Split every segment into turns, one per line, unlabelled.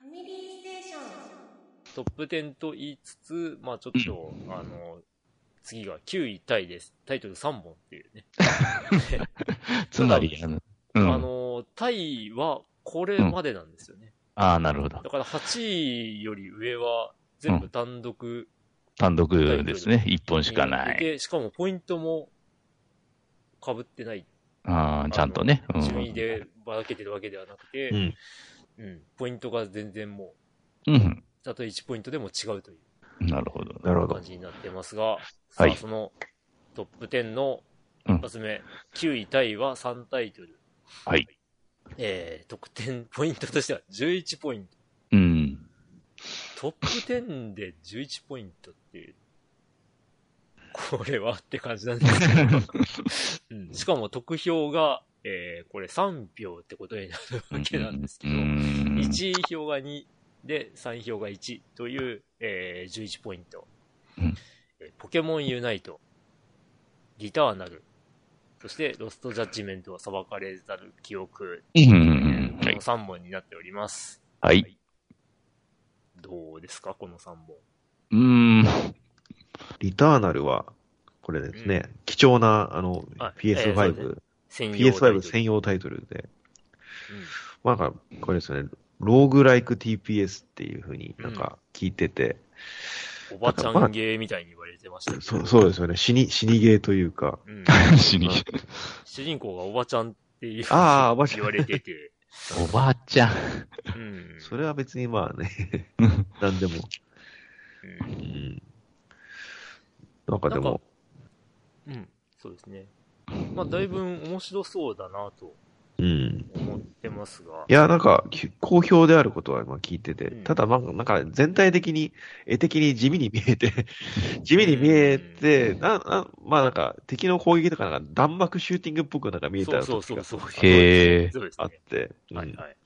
ビーステーション。
トップ10と言いつつ、まあちょっと、あの、次が9位タイです。タイトル3本っていうね。
つまり、あの、うん、
あ
あ
の、タイはこれまでなんですよね。
あー、なるほど
だ。から8位より上は全部単独
単独ですね。一本しかない。
で、しかもポイントも被ってない。
ああ、ちゃんとね。う
順位
ん。
でばらけてるわけではなくて、
うん。
うんポイントが全然も
うん。
う、たとえ1ポイントでも違うとい
なるほど。
なるほ
う
ど
感。じになってますが、
は
さあ
い
そのトップ10の
うん
一発目、9位タイは3タイトル。
はい。
えー、得点、ポイントとしては11ポイント。
うん。
トップ10で11ポイントっていう。これはって感じなんですけ ど。うん、しかも得票が、えー、これ3票ってことになるわけなんですけど、
うん
1位票が2で3票が1という、えー、11ポイント、
うん
えーポケモンユナイト、リターナル、そしてロストジャッジメントは裁かれざる記憶、
うんうんうん
こ
は
の
い。
3本になっております。
はい。
どうですか、この3本。
うーん。
リターナルは、これですね、貴重な、あの
あ、えーそうです
PS5、
専用タイト
PS5
ル
専用タイトルで、
うん
まあなんか、これですよね、ローグライク TPS っていう風になんか聞いてて、
おばちゃんゲーみたいに言われてましたけど
そうそうですよね、死に、死にゲーというか、
うん
死に。
主人公がおばちゃんっていう
ああおばちゃん
言われてて、
おばあちゃん。
うん
それは別にまあね、 なんでも、
うん
うん。なんかで
なんか
も、
うん、そうですね。まあ、だいぶ面白そうだなと
うん。
思ってますが
い、や、なんか、き好評であることはまあ聞いてて、
うん
ただ、まあ、なんか、全体的に、絵的に地味に見えて、 地味に見えて、な、な、まあ、なんか、敵の攻撃とか、なんか、弾幕シューティングっぽくなんか見えた
そう
ら
そうそうそう。
へー
そうです
あっ
ね。
て、うん
はいはい。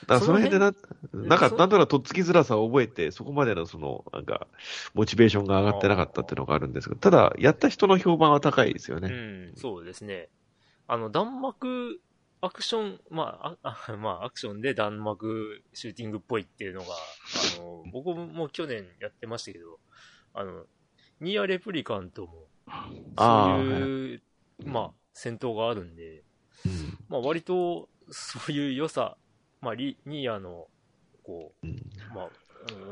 だからその辺でな、
辺
なんか、
そ
なんとなくとっつきづらさを覚えて、そこまでのその、なんか、モチベーションが上がってなかったっていうのがあるんですけど、ただ、やった人の評判は高いですよ
う
ね。
ん、そうですね。あの、弾幕、アクション、まあ、ああ まあ、アクションで弾幕シューティングっぽいっていうのが、あの、僕も去年やってましたけど、あの、ニアレプリカントも、そ
あ
うい
ー
う、まあ、戦闘があるんで、
うん
まあ割と、そういう良さ、まあリ、ニーヤの、こう、
うん
まあ、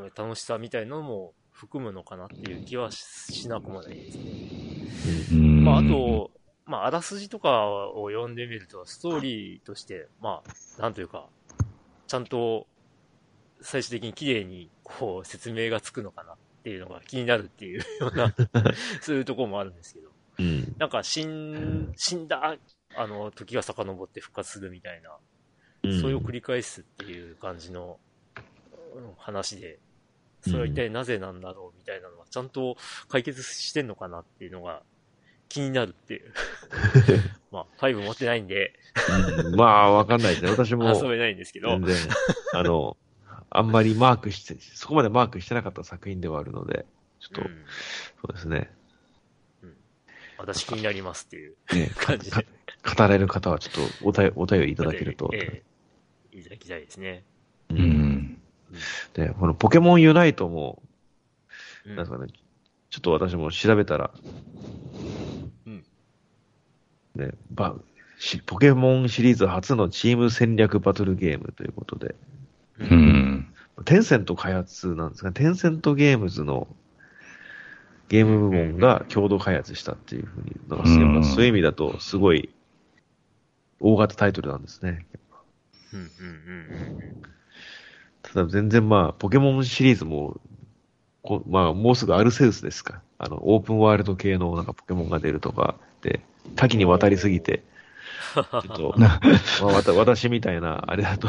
うん楽しさみたいなのも含むのかなっていう気はししなくもないですね。まああ、と、まああらすじとかを読んでみると、ストーリーとして、まあ、なんというか、ちゃんと最終的に綺麗にこう説明がつくのかなっていうのが気になるっていうような、 そういうところもあるんですけど。
うん。
なんか死ん、死んだ、あの、時が遡って復活するみたいな、
うん
それを繰り返すっていう感じのうん話で、それは一体なぜなんだろうみたいなのは、ちゃんと解決してんのかなっていうのが気になるって いう。まあ、5持ってないんで、
うんまあ、わかんないですね。私も、
遊べないんですけど
全、然、あの、あんまりマークして、そこまでマークしてなかった作品ではあるので、ちょっと、
うん
そうですね。
私気になりますっていう
ね
感じで。
か語れる方はちょっと おたよお便りいただけると。
ええいただきたいですね。
う
うんん。
で、このポケモンユナイトも、
うん
なんですかね、ちょっと私も調べたら、
うん
ね、ばしポケモンシリーズ初のチーム戦略バトルゲームということで、
う
う。ん。
テンセント開発なんですが、テンセントゲームズのゲーム部門が共同開発したっていうふうに、なんかそう
うん
そういう意味だと、すごい大型タイトルなんですね。
うんうんうんうん
ただ全然まあ、ポケモンシリーズも、こまあ、もうすぐアルセウスですか。あの、オープンワールド系のなんかポケモンが出るとか、で、多岐に渡りすぎて、ちょっと、まあ、わた私みたいな、あれだと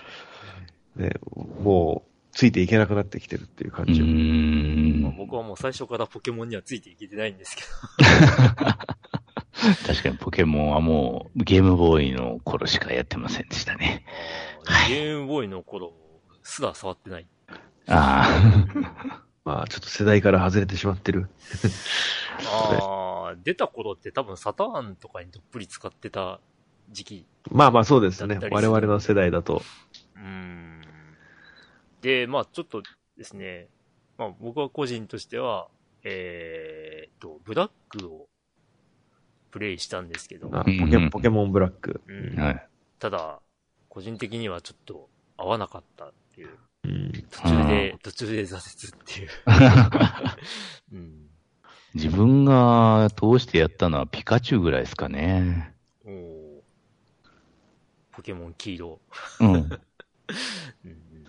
ね、もう、ついていけなくなってきてるっていう感
う
じも
まあ
ん。
僕はもう最初からポケモンにはついていけてないんですけど
確かにポケモンはもうゲームボーイの頃しかやってませんでしたね。
あーゲームボーイの頃すら触ってない。
あ
まあ、ちょっと世代から外れてしまってる。
ああ、出た頃って多分サターンとかにどっぷり使ってた時期。
まあまあそうです
だ
ね
った。りす
我
る
々の世代だと。
うーん。で、まあちょっとですね、まあ僕は個人としては、えーっと、ブラックをプレイしたんですけど、
あポ
う
ケ
んうん
ポケモンブラック。
うん
はい。
ただ、個人的にはちょっと合わなかったっていう、
うん。
途中で、途中で挫折っていう。うん
自分が通してやったのはピカチュウぐらいですかね。
おーポケモン黄色。
うん。
うん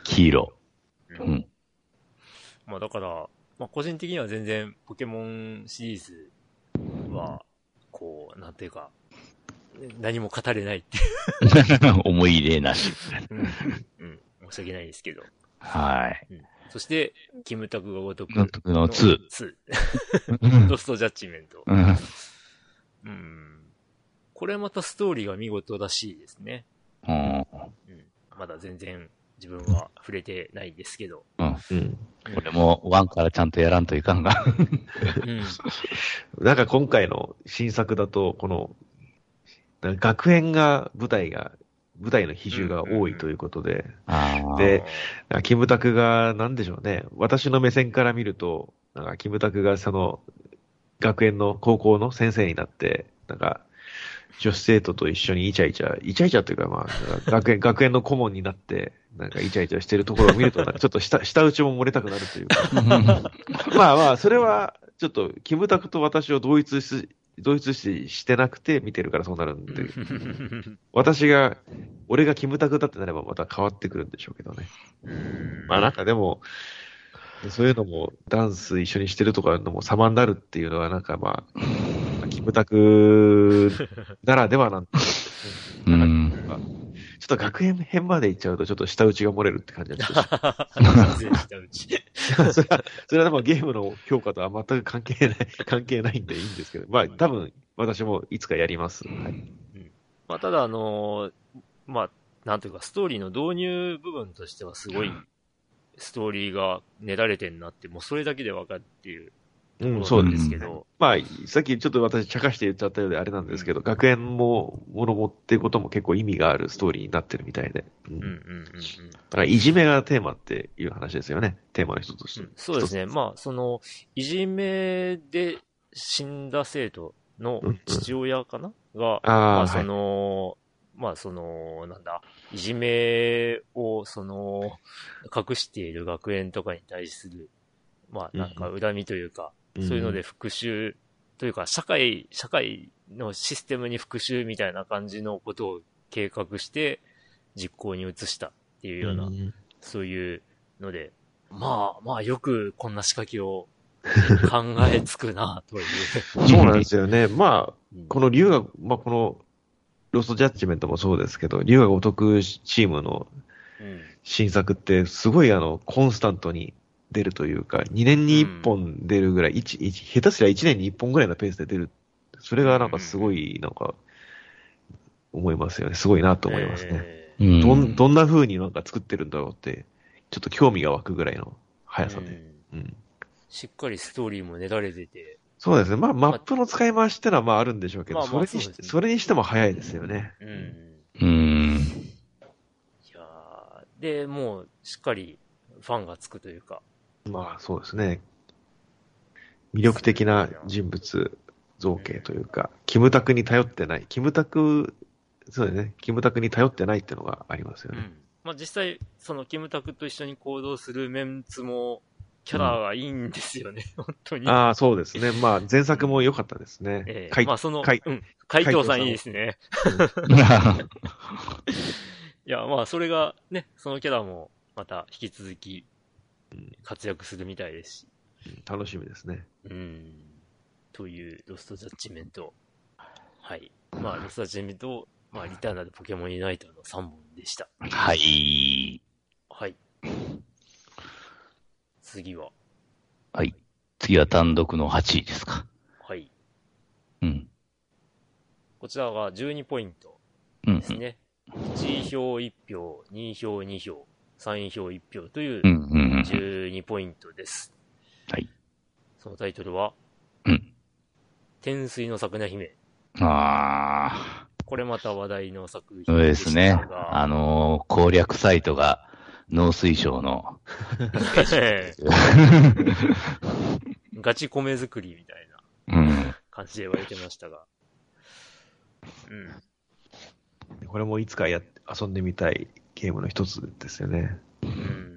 黄色。
う
うん ん。
まあだから、まあ個人的には全然ポケモンシリーズは、こう、なんていうか、何も語れないってい
思い入れなし。
う。うん。申し訳ないですけど。
はい。
そして、キムタクがごとく
なんとかの2。
2。
うん
ロストジャッジメント。
うん
うん。これまたストーリーが見事らしいですね。
うん。
うん。まだ全然自分は触れてないんですけど。
うん。
うん
俺も1からちゃんとやらんとい かんが。
うん。
なんか今回の新作だと、この、なんか学園が、舞台が、舞台の比重が多いということで、
あー
でなんかキムタクが、なんでしょうね、私の目線から見ると、なんかキムタクがその、学園の高校の先生になって、なんか、女子生徒と一緒にイチャイチャ、イチャイチャっていうか、まあ、なんか学園、学園の顧問になって、なんかイチャイチャしてるところを見ると、なんかちょっと下、下打ちも漏れたくなるというか、まあまあ、それは、ちょっと、キムタクと私を同一し、同一視してなくて見てるからそうなるんで、私が、俺がキムタクだってなればまた変わってくるんでしょうけどね。まあなんかでも、そういうのも、ダンス一緒にしてるとかのも様になるっていうのは、なんかまあ、キムタクならではなんて、
うん。
ちょっと学園編まで行っちゃうと、ちょっと下打ちが漏れるって感じがしてしま
全然したうち。
うそ れは、それはでもゲームの評価とは全く関係ない、関係ないんでいいんですけど、まあ多分、私もいつかやります。はい。
まあ、ただ、あのーまあ、なんというか、ストーリーの導入部分としては、すごい、ストーリーが練られてんなって、もうそれだけでわかるっていう
う
と
ん、
こ
そ
ろ
う
な
で
ん
す
ですけど、
まあ、さっきちょっと私、茶化して言っちゃったようであれなんですけど、学園も、ものもってことも結構意味があるストーリーになってるみたいで。うん
うんうんう
だ
んうん
から、いじめがテーマっていう話ですよね。テーマの一つとし
う
て
ん。そうですね、まあ、その、いじめで死んだ生徒の父親かなが、ま
あ
あ、
あ、
そ
はい。
の、まあ、その、なんだ、いじめを、その、隠している学園とかに対する、まあ、なんか恨みというか、そういうので復讐というか、社会、社会のシステムに復讐みたいな感じのことを計画して実行に移したっていうような、
ん
そういうので、まあまあよくこんな仕掛け を考えつくな、という。
そうなんですよね。 まあ、
うん
この龍が、まあ、この、ロストジャッジメントもそうですけど、龍がお得チームの
うん
新作って、すごいあの、コンスタントに出るというか、2年に1本出るぐらい、一一下手すりゃ1年に1本ぐらいのペースで出る。それがなんかすごい、なんか、思いますよね。すごいなと思いますね。
え
う
ー
ん
どん、どんな風になんか作ってるんだろうって、ちょっと興味が湧くぐらいの速さ
う
で。
ん
うん。
しっかりストーリーも練られてて、
そうですね。まあ、マップの使い回しってのはまああるんでしょうけど、
まあまあ
それにし
そうですね
それにしても早いですよね。
うん。
うん。
い やーで、もうしっかりファンがつくというか、
まあそうですね。魅力的な人物造形というか、キムタクに頼ってない。キムタク、そうですね。キムタクに頼ってないっていうのがありますよ
う
ね。
ん。まあ、実際、そのキムタクと一緒に行動するメンツも、キャラがいいんですよね、 本当に。
ああ、そうですね。まあ前作も良かったですね。
ええ
かい
まあ、その、
かい
うん。海藤さんいいですね。いや、まあ、それがね、そのキャラも、また引き続き、活躍するみたいですし。
楽しみですね。
うん。という、ロストジャッジメント。はい。まあ、ロストジャッジメントを、まあ、リターナルポケモンユナイトの3本でした。
はい。
はい。次は、
はい。次は単独の8位ですか。
はい。
うん。
こちらが12ポイント。
うん
です。ね。1票1票、2票2票、3票1票という
うん。うん。うん
12ポイントです。
はい。
そのタイトルは、
うん
天水の桜姫。
ああ。
これまた話題の作品
そうですね
した。が
あのー攻略サイトが農水省 の、
ええ ガチ米作りみたいな
うん。
感じで言われてましたが。うん。
これもいつかやっ遊んでみたいゲームの一つですよね。
うん。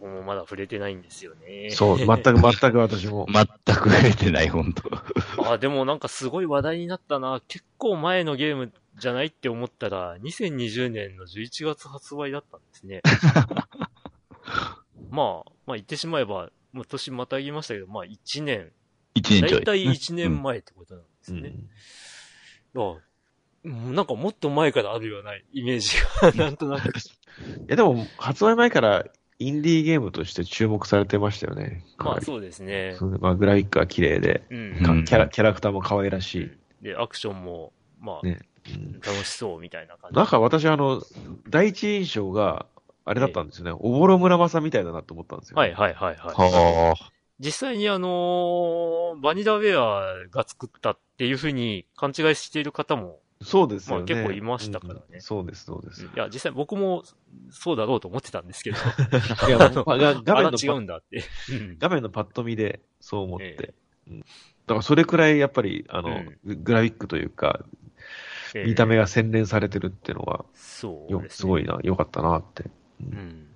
僕もまだ触れてないんですよね。
そう、全く全く私 も。
全く触れてない、本当
あ、でもなんかすごい話題になったな。結構前のゲームじゃないって思ったら、2020年の11月発売だったんです ね。まあ、まあ言ってしまえば、もう年またぎましたけど、まあ1年、
一
だ
年ちょ
い
い。
たい1年前ってことなんです
う
ね。
ん
あうんなんかもっと前からあるようなイメージが、なんとなく。
いやでも、発売前からインディーゲームとして注目されてましたよね。か
ま
な
あ
り
そうですね。
そうまあ、グラフィックは綺麗で、
うん。
う
か
ん
キャラ、キャラクターも可愛らしい。
で、アクションも、まあ、
ねうん
楽しそうみたいな感じ。
なんか私、あの、第一印象が、あれだったんですよね。おぼろ村正みたいだなと思ったんですよ。
はい。はいはいはい。
はあ。
実際にあのーバニラウェアが作ったっていうふうに勘違いしている方も、
そうですよ
ま
ね。
あ結構いましたからね
うんそうです、そうです。
いや、実際僕もそうだろうと思ってたんです けど、
いや、まあが画
あ
面
ら
の
違うんだって。
画面のパッと見でそう思って。
え
うんだからそれくらいやっぱり、あの、
うん
ググラフィックというか、見た目
が、
が洗練されてるっていうのは、
そう
よ
です,、ね、
すごい。な、良かったなって。
うん。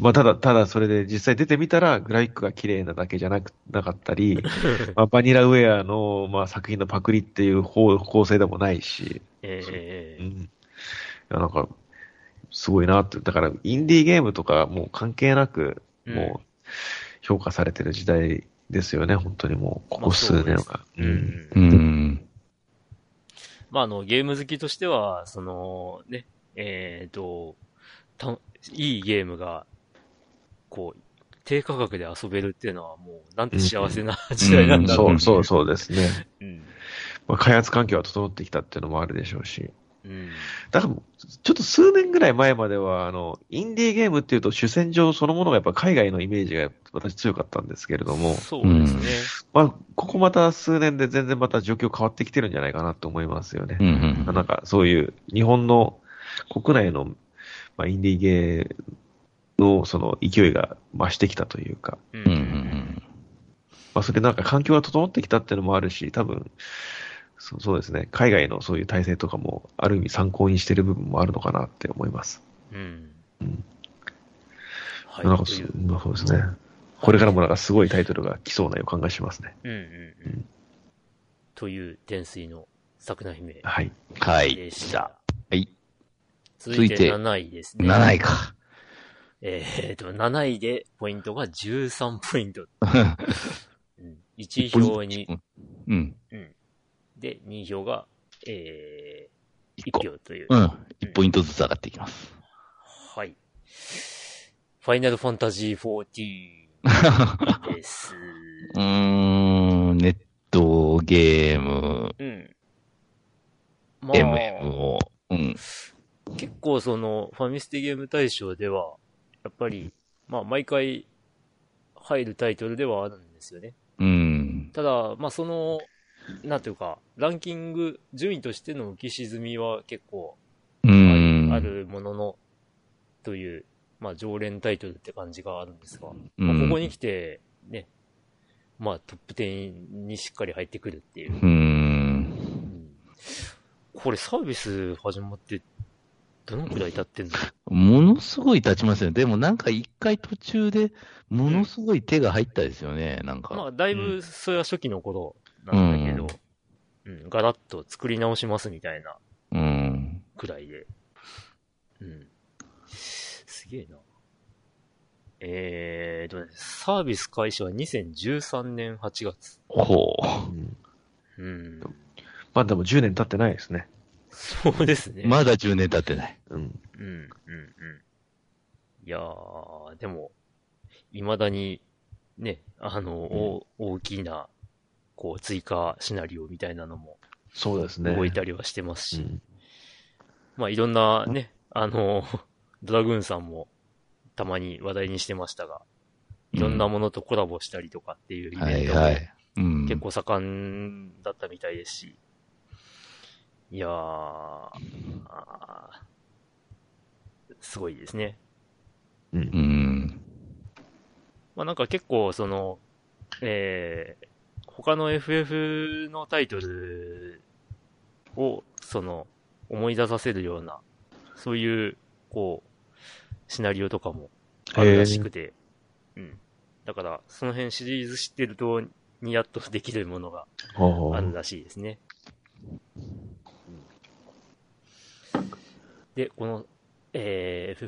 まあ、ただ、ただそれで実際出てみたら、グラフィックが綺麗なだけじゃなく、なかったり、まあ、バニラウェアの、まあ、作品のパクリっていう方構成でもないし、
えーえ
う
ー
ん。いや、なんか、すごいなって。だから、インディーゲームとかもう関係なく、
うん
もう、評価されてる時代ですよね、本当にもう、ここ数年は。
う
うん
ん。
うん。
まあ、あの、ゲーム好きとしては、その、ね、えっ、と、た、いいゲームが、こう、低価格で遊べるっていうのはもう、なんて幸せな時代なんだろ。
そうう、そう、そうですね。
うん。
まあ、開発環境は整ってきたっていうのもあるでしょうし。
うん。
だから、ちょっと数年ぐらい前までは、あの、インディーゲームっていうと主戦場そのものがやっぱ海外のイメージが私強かったんですけれども、
そうですね。
まあ、ここまた数年で全然また状況変わってきてるんじゃないかなと思いますよね。
うん
う
なんかそういう日本の国内の、まあ、インディーゲーのその勢いが増してきたというか、
うん
うん。うんうん
まあ、それなんか環境が整ってきたっていうのもあるし、多分そうそうですね、海外のそういう体制とかもある意味参考にしてる部分もあるのかなって思います。
うん。
うん
はい。
なんか
と
そ
いう
うまあそうですね。これからもなんかすごいタイトルが来そうな予感がしますね。
うんうんう
うんん。
という、天水の桜姫
はい。
はい。
でした。
はい。
続い
続
て
いて
7位ですね。
7位。か。
えっと、7位でポイントが13ポイント。うん、1
ポイント
票に、
うん。
で、2票が、えー、
1
1
個。
票という。
うん。1ポイントずつ上がっていきます。
はい。ファイナルファンタジー14です。
うーん。ネットゲーム、
うん。ま
MMO。うん。
結構その、ファミステゲーム大賞では、やっぱり、まあ毎回入るタイトルではあるんですよね。
うん。
ただ、まあその、なんていうか、ランキング、順位としての浮き沈みは結構
う
あ
ん。
るあ。るものの、という、まあ常連タイトルって感じがあるんですが、
う
まあ
ん。
ここに来て、ね、まあトップ10にしっかり入ってくるっていう。
うん。
うんこれサービス始まって、どのくらい経ってんの
ものすごい経ちますよね。でもなんか一回途中で、ものすごい手が入ったですよね、なんか。
まあ、だいぶ、それは初期の頃なんだけど、うん、ガラッと作り直しますみたいな
うん。
くらいで。うん。すげえな。えーとね、サービス開始は2013年8月。
ほ
う
う
ん
ん。
まあでも10年経ってないですね。
そうですね。
う。まだ10年経ってない。
うん。
うん、うん、うん。いやー、でも、未だに、ね、あの、お大きな、こう、追加シナリオみたいなのも
そうですね。
動いたりはしてますし、
うん
まあ、いろんなね、あの、 ドラグーンさんもたまに話題にしてましたが、いろんなものとコラボしたりとかっていうイ
は
ベン
い
トも
はい。うん。
結構盛んだったみたいですし、いやー、あーすごいですね。
う。
うんん。
まあなんか結構その、えー、他の FF のタイトルを、その、思い出させるような、そういう、こう、シナリオとかもあるらしくて、うん。だから、その辺シリーズ知ってると、ニヤッとできるものが
ほう
あるらしいですね。で、この、えー、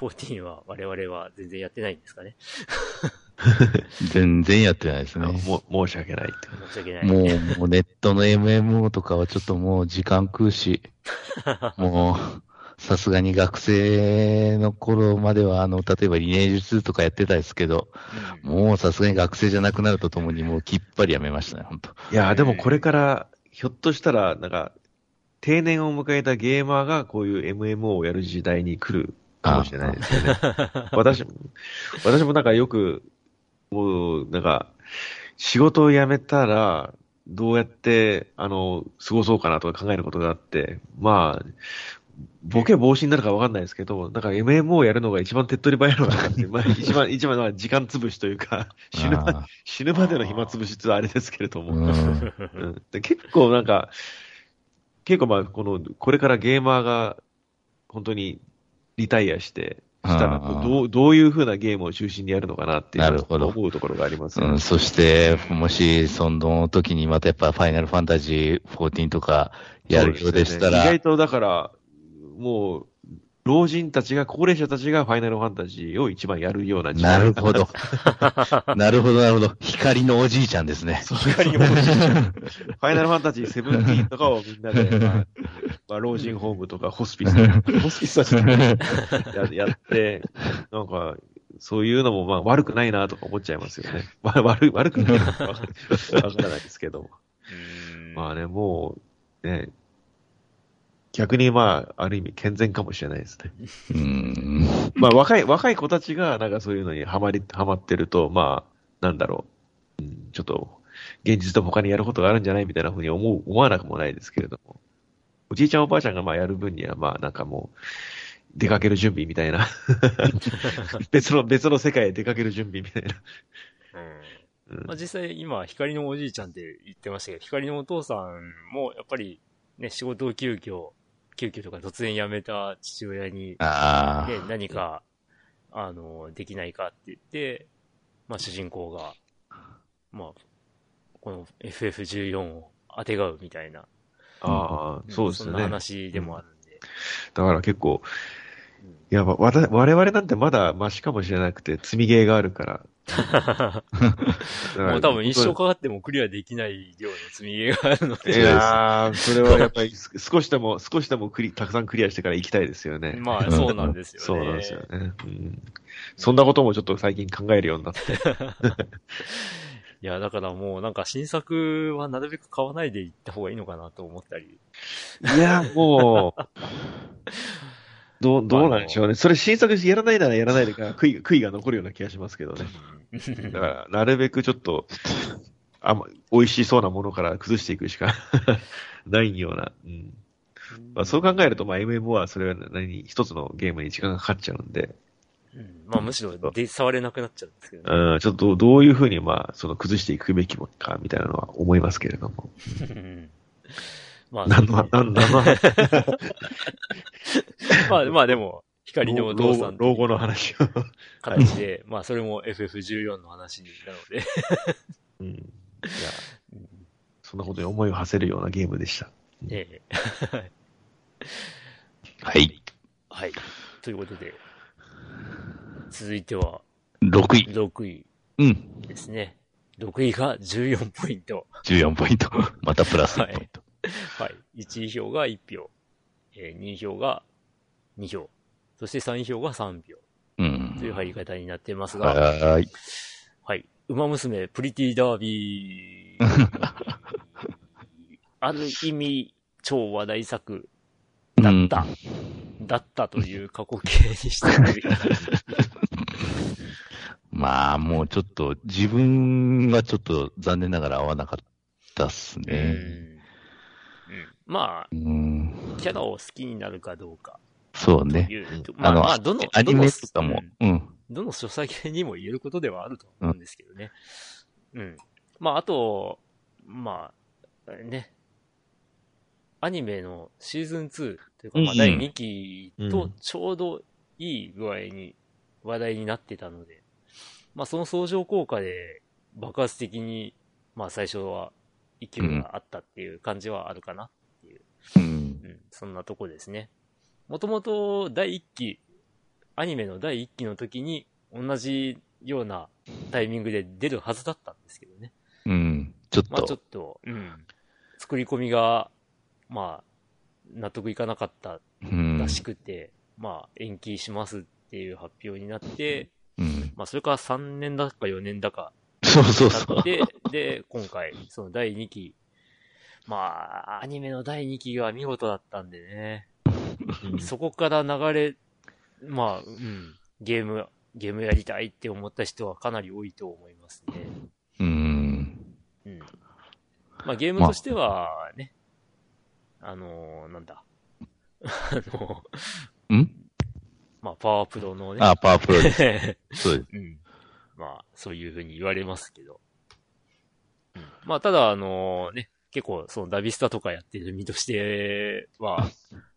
FF14 は我々は全然やってないんですかね。
全然やってないですね。
も申し訳ないって。
申し訳ない。
もう、もうネットの MMO とかはちょっともう時間食うし、もう、さすがに学生の頃までは、あの、例えばリネージュ2とかやってたですけど、
うん
もうさすがに学生じゃなくなるとともに、もうきっぱりやめましたね、本当
いやー、でもこれから、ひょっとしたら、なんか、定年を迎えたゲーマーがこういう MMO をやる時代に来るかもしれないですよね。 私、私もなんかよく、もう、なんか、仕事を辞めたら、どうやって、あの、過ごそうかなとか考えることがあって、まあ、ボケ防止になるかわかんないですけど、なんか MMO をやるのが一番手っ取り早いのかなって、まあ、一番、一番まあ時間潰しというか、死ぬまで
あ
死ぬまでの暇つぶしってあれですけれど
ー
も、
うん。
うんで結構なんか、結構まあ、この、これからゲーマーが、本当にリタイアして、したら
あー
どう、どういう風なゲームを中心にやるのかなってい
なる
う
ほど
思うところがありますよ
う
ね
ん、そして、もし、その時にまたやっぱ、ファイナルファンタジー14とかやるようでしたら、
そうですね意外とだから、もう、老人たちが、高齢者たちがファイナルファンタジーを一番やるような時
な
代
るほど。なるほど、なるほど。光のおじいちゃんです ね。
そう光に戻しちゃうファイナルファンタジー17とかをみんなで、まあまあ、老人ホームとかホスピス、 ホスピスはちょっとやや って、なんか、そういうのもまあ悪くないなとか思っちゃいますよね。 わ悪い悪くないなとかわからないですけど。 まあね、もう、ね、逆にまあ、ある意味健全かもしれないですね。
うん。
まあ若い、若い子たちがなんかそういうのにハマり、ハマってると、まあ、なんだろう。うん、ちょっと、現実と他にやることがあるんじゃないみたいなふうに思う、思わなくもないですけれども。おじいちゃんおばあちゃんがまあやる分には、まあなんかもう、出かける準備みた いな。別の、別の世界へ出かける準備みたいな。
うんまあ、実際今、光のおじいちゃんって言ってましたけど、光のお父さんもやっぱりね、仕事を急遽、急遽とか突然辞めた父親に、
あ
ね、何か、あの、できないかって言って、まあ主人公が、まあ、この FF14 を当てがうみたいな、
ああ、そうですよ
んな
ね。
話でもあるんで。
だから結構、いや、わわた我々なんてまだマシかもしれなくて、積みゲーがあるから。
もう多分一生かかってもクリアできない量の積み上があるの
い
で。
やー、それはやっぱりす少しでも、少しでもクリ、たくさんクリアしてから行きたいですよね。
まあそうなんですよね。
そうなんですよね、うん。そんなこともちょっと最近考えるようになって。
いや、だからもうなんか新作はなるべく買わないでいった方がいいのかなと思ったり。
いやー、もう、 どう、どうなんでしょうね。それ新作やらないならやらないでから、悔い、悔いが残るような気がしますけどね。だから、なるべくちょっと、あんま、美味しそうなものから崩していくしか ないような。うんまあ、そう考えると、まあ、MMO はそれは何、一つのゲームに時間がかかっちゃうんで、
うんまあむしろで触れなくなっちゃうんですけどね。
うん、ちょっとどうどういうふうに、まあ、その崩していくべきか、みたいなのは思いますけれども。
うんまあ、
何の、何何 の話
まあまあでも、光のお父さんとい
老
う
後の話を。
形で、まあそれも FF14 の話なので。
うん。いや、そんなことに思いを馳せるようなゲームでした。
ええ
はい。
はい。ということで、続いては
6位。
6位
うん。
ですね。6位が14ポイント。
14ポイント。またプラス1ポイント。
はい。1位票が1票、えー、2位票が2票、そして3位票が3票
うん。
という入り方になっていますが、
はーい。
はい。馬娘プリティダービ ー。ある意味、超話題作だった。だったという過去形にして ある
まあ、もうちょっと、自分はちょっと残念ながら合わなかったっす
うんう
ね。
んまあ、
うん。
キャラを好きになるかどうか。
そう
と
ね。
いう、ま
あ
あ、
の、
まあ、どの、
アニ
ど
メ
の
とかも
うん、
うん。
どの著作権にも言えることではあると思うんですけどね。うん。まあ、あと、まあ、ね。アニメのシーズン2というか、ま
う
あ、
ん
第2期
う
と
ん
ちょうどいい具合に話題になってたので、まあ、その相乗効果で爆発的に、まあ、最初は勢いがあったっていう感じはあるかな
うん。
うん、そんなとこですね。もともと第1期、アニメの第1期の時に同じようなタイミングで出るはずだったんですけどね。
うん。ちょっ
まあちょっ
と、
と、うん、作り込みが、まあ、納得いかなかった
うん。
らしくて、まあ延期しますっていう発表になって、
うん。
まあそれから3年だか4年だか
そうそうそう
経っ。て、で、今回、その第2期、まあ、アニメの第2期が見事だったんでね。 そこから流れ、まあ、うん、ゲーム、ゲームやりたいって思った人はかなり多いと思いますね。
うん。
うん。まあゲームとしては、ね、あのーなんだ。 あのー
ん
まあパワープロのね。
あ、パワープロです。そうです。
うん。まあ、そういうふうに言われますけど。うん、まあ、ただ、あのね、結構、そのダビスタとかやってる身として は、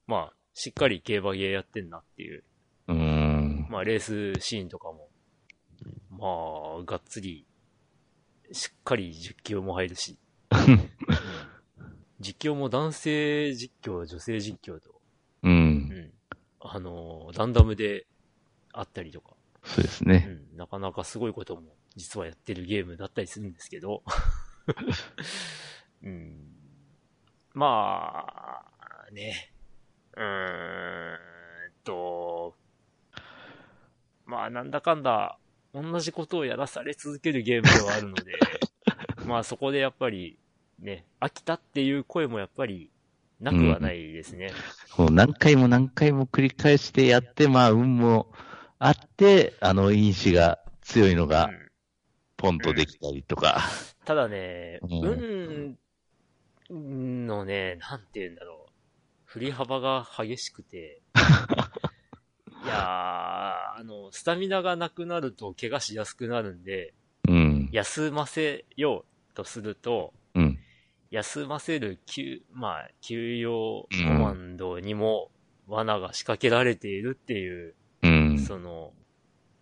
まあ、しっかり競馬ゲーやってんなっていう
うん。
まあ、レースシーンとかも、まあ、がっつり、しっかり実況も入る し、実況も男性実況、女性実況と、
う。
うんん、あのー、ランダムであったりとか、
そうです
う
ね。
ん、なかなかすごいことも実はやってるゲームだったりするんですけど、 うん、まあ、ね、うーんと、まあなんだかんだ同じことをやらされ続けるゲームではあるの で、まあそこでやっぱりね、飽きたっていう声もやっぱりなくはないですね。
こう何回も何回も繰り返してやって、まあ、運もあって、あの、因子が強いのが
う、ん
ポンとできたりとか。
ただね、
うん
運のね、なんて言うんだろう。振り幅が激しく て。いやー、あの、スタミナがなくなると怪我しやすくなるんで、
うん。
休ませようとすると、
うん。
休ませる休、まあ、休養コマンドにも罠が仕掛けられているっていう、
うん。
その、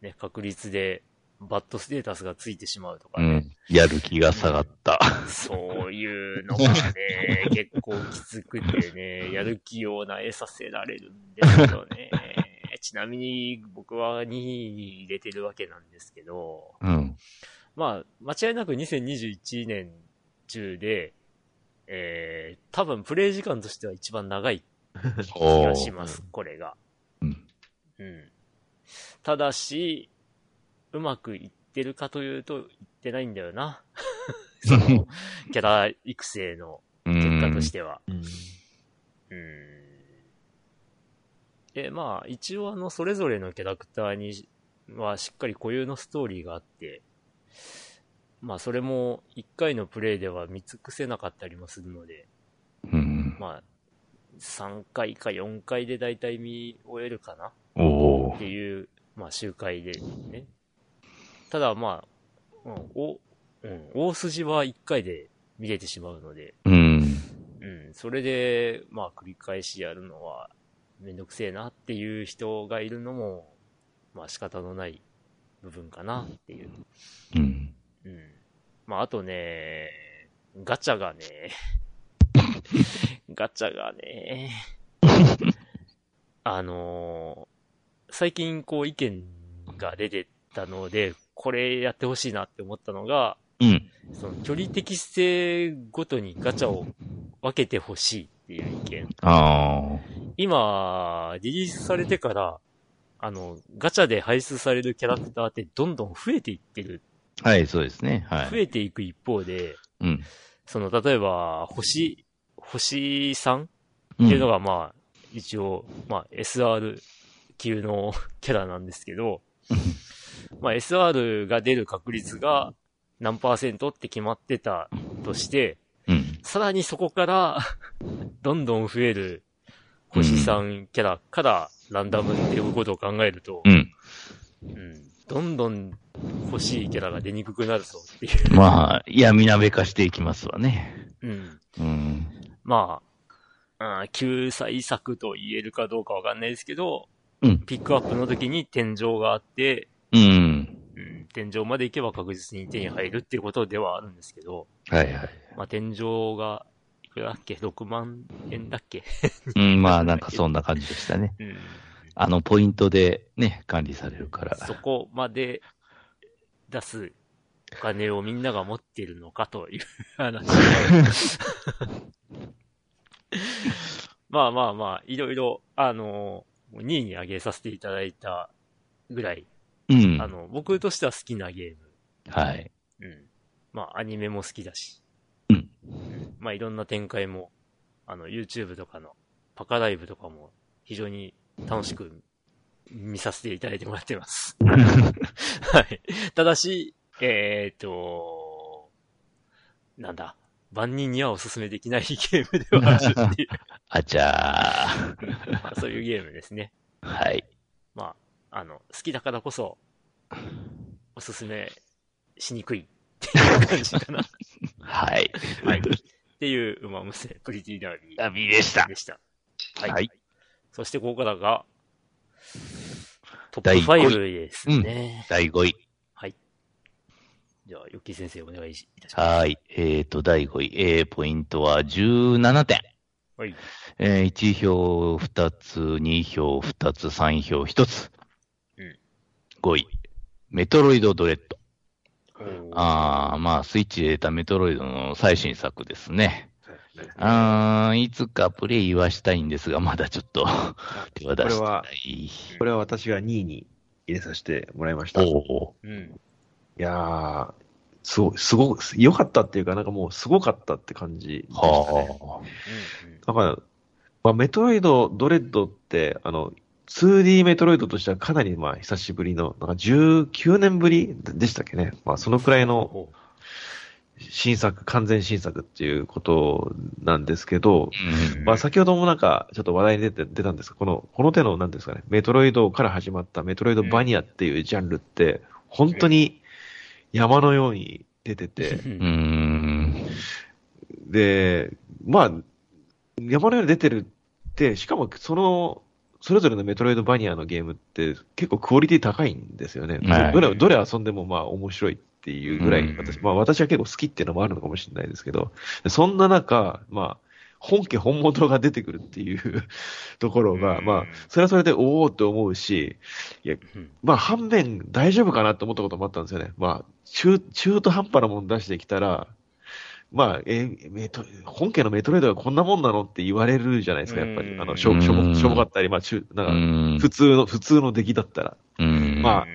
ね、確率でバッドステータスがついてしまうとか
う
ね。
ん。やる気が下 がった。
そういうのがね、結構きつくて ね、やる気をなえさせられるんですけどね。 ちなみに僕は2位に入れてるわけなんですけど、
うん。
まあ、間違いなく2021年中で、えー、多分プレイ時間としては一番長い気
お
がし
ー
ます、これが。
うん
うん。ただし、うまくいってるかというと、いってないんだよな。その、キャラ育成の 結果としては。うん。で、まあ、一応あの、それぞれのキャラクターにはしっかり固有のストーリーがあって、まあ、それも一回のプレイでは見尽くせなかったりもするので、
うん。
まあ、3回か4回で大体見終えるかな
お
っ
ー
ていう、まあ、集会でね。ただ、まあ、うん、お、うん、大筋は1回で見れてしまうので、
うん。
うん、それで、まあ、繰り返しやるのは、めんどくせえなっていう人がいるのも、まあ、仕方のない部分かなっていう。
うん。
うん。まあ、あとね、ガチャがね、 ガチャがね、 あのー最近こう意見が出てたので、これやってほしいなって思ったのが、
うん。
その距離適性ごとにガチャを分けてほしいっていう意見。
あ
今、リリースされてから、あの、ガチャで排出されるキャラクターってどんどん増えていってる。
あ。はい、そうですね。は
増
い。
えていく一方で、
うん。
その、例えば、星、星 3? っ
う
ていうの
ん。
が、まあ、一応、まあ、SR 級のキャラなんですけど、まあ、SR が出る確率が何パーセントって決まってたとして、
うん。
さ らにそこから、どんどん増える星3キャラから、ランダムっていうことを考えると、
うん。
うんどんどん欲しいキャラが出にくくなるぞっていう。
まあ、闇鍋化していきますわね。
うん。
うん。
まあ、うん救済策と言えるかどうかわかんないですけど、
うん。
ピックアップの時に天井があって、
うん。
うん、天井まで行けば確実に手に入るっていうことではあるんですけど、
はいはい。
まあ天井が、いくらだっけ ?6 万円だっけ
うん、まあなんかそんな感じでしたね。
うん。
あのポイントでね、管理されるから。
そこまで出すお金をみんなが持っているのかと いう話。まあまあまあ、いろいろ、あの、2位に上げさせていただいたぐらい、
うん。
あの、僕としては好きなゲ
はい。
ーム。うん。まあ、アニメも好きだし。
うん
んまあ、いろんな展開も、あの、YouTube とかのパカライブとかも非常に楽しく見させていただいてもらってます。はい。ただし、えっ、と、なんだ、万人にはおすすめできないゲームではあるっていう、
あちゃー。
まあそういうゲームですね。
はい。
まあ、あの、好きだからこそ、おすすめしにくいっていう感じかな。
はい。
はい。っていう、馬娘プリティダービー
ダビーでした。
でした。
はい。
そしてここからが、ト
第
ップ
五位
5ですね。
第5位。
じゃあ、よっきー先生お願いいたします。
はい。えっ、と、第5位。えー、ポイントは17点。
はい。
えー、1票2つ、2票2つ、3票1つ。
うん
5位。メトロイドドレッド。
あ。
ああ、まあ、スイッチで出たメトロイドの最新作ですね。あーいつかプレイはしたいんですが、まだちょっ と手は出してない。
これは私が2位に入れさせてもらいました。い
おお
うん。
やー、すごい、すごく、良かったっていうか、なんかもうすごかったって感じで
ー。
したね。
はあ。
うん。
だから、まあ、メトロイドドレッドって、あの、2D メトロイドとしてはかなりまあ久しぶりの、なんか19年ぶりでしたっけね。まあそのくらいの
ほ
新作、完全新作っていうことなんですけど、
うん
まあ先ほどもなんかちょっと話題に出て出たんですが、この、この手のなんですかね、メトロイドから始まったメトロイドバニアっていうジャンルって、本当に山のように出てて、
う
うーん。
で、まあ、山のように出てるって、しかもその、それぞれのメトロイドバニアのゲームって結構クオリティ高いんですよね。
はい
どれどれ遊んでもまあ面白いっていうぐら
う
い
ん
私、まあ私は結構好きっていうのもあるのかもしれないですけど、そんな中、まあ、本家本元が出てくるっていうところが、
うん
まあ、それはそれでおおって思うし、
うん
まあ反面大丈夫かなって思ったこともあったんですよね。まあ中、中途半端なもの出してきたら、まあ、えーメト、本家のメトロイドはこんなもんなのって言われるじゃないですか、やっぱ
う
り。
ん
あの、しょ、しょ
う
ぼ、
ん
しょぼかったり、まあ中、
う
なんか、
ん
普通の、普通の出来だったら。
うん
まあ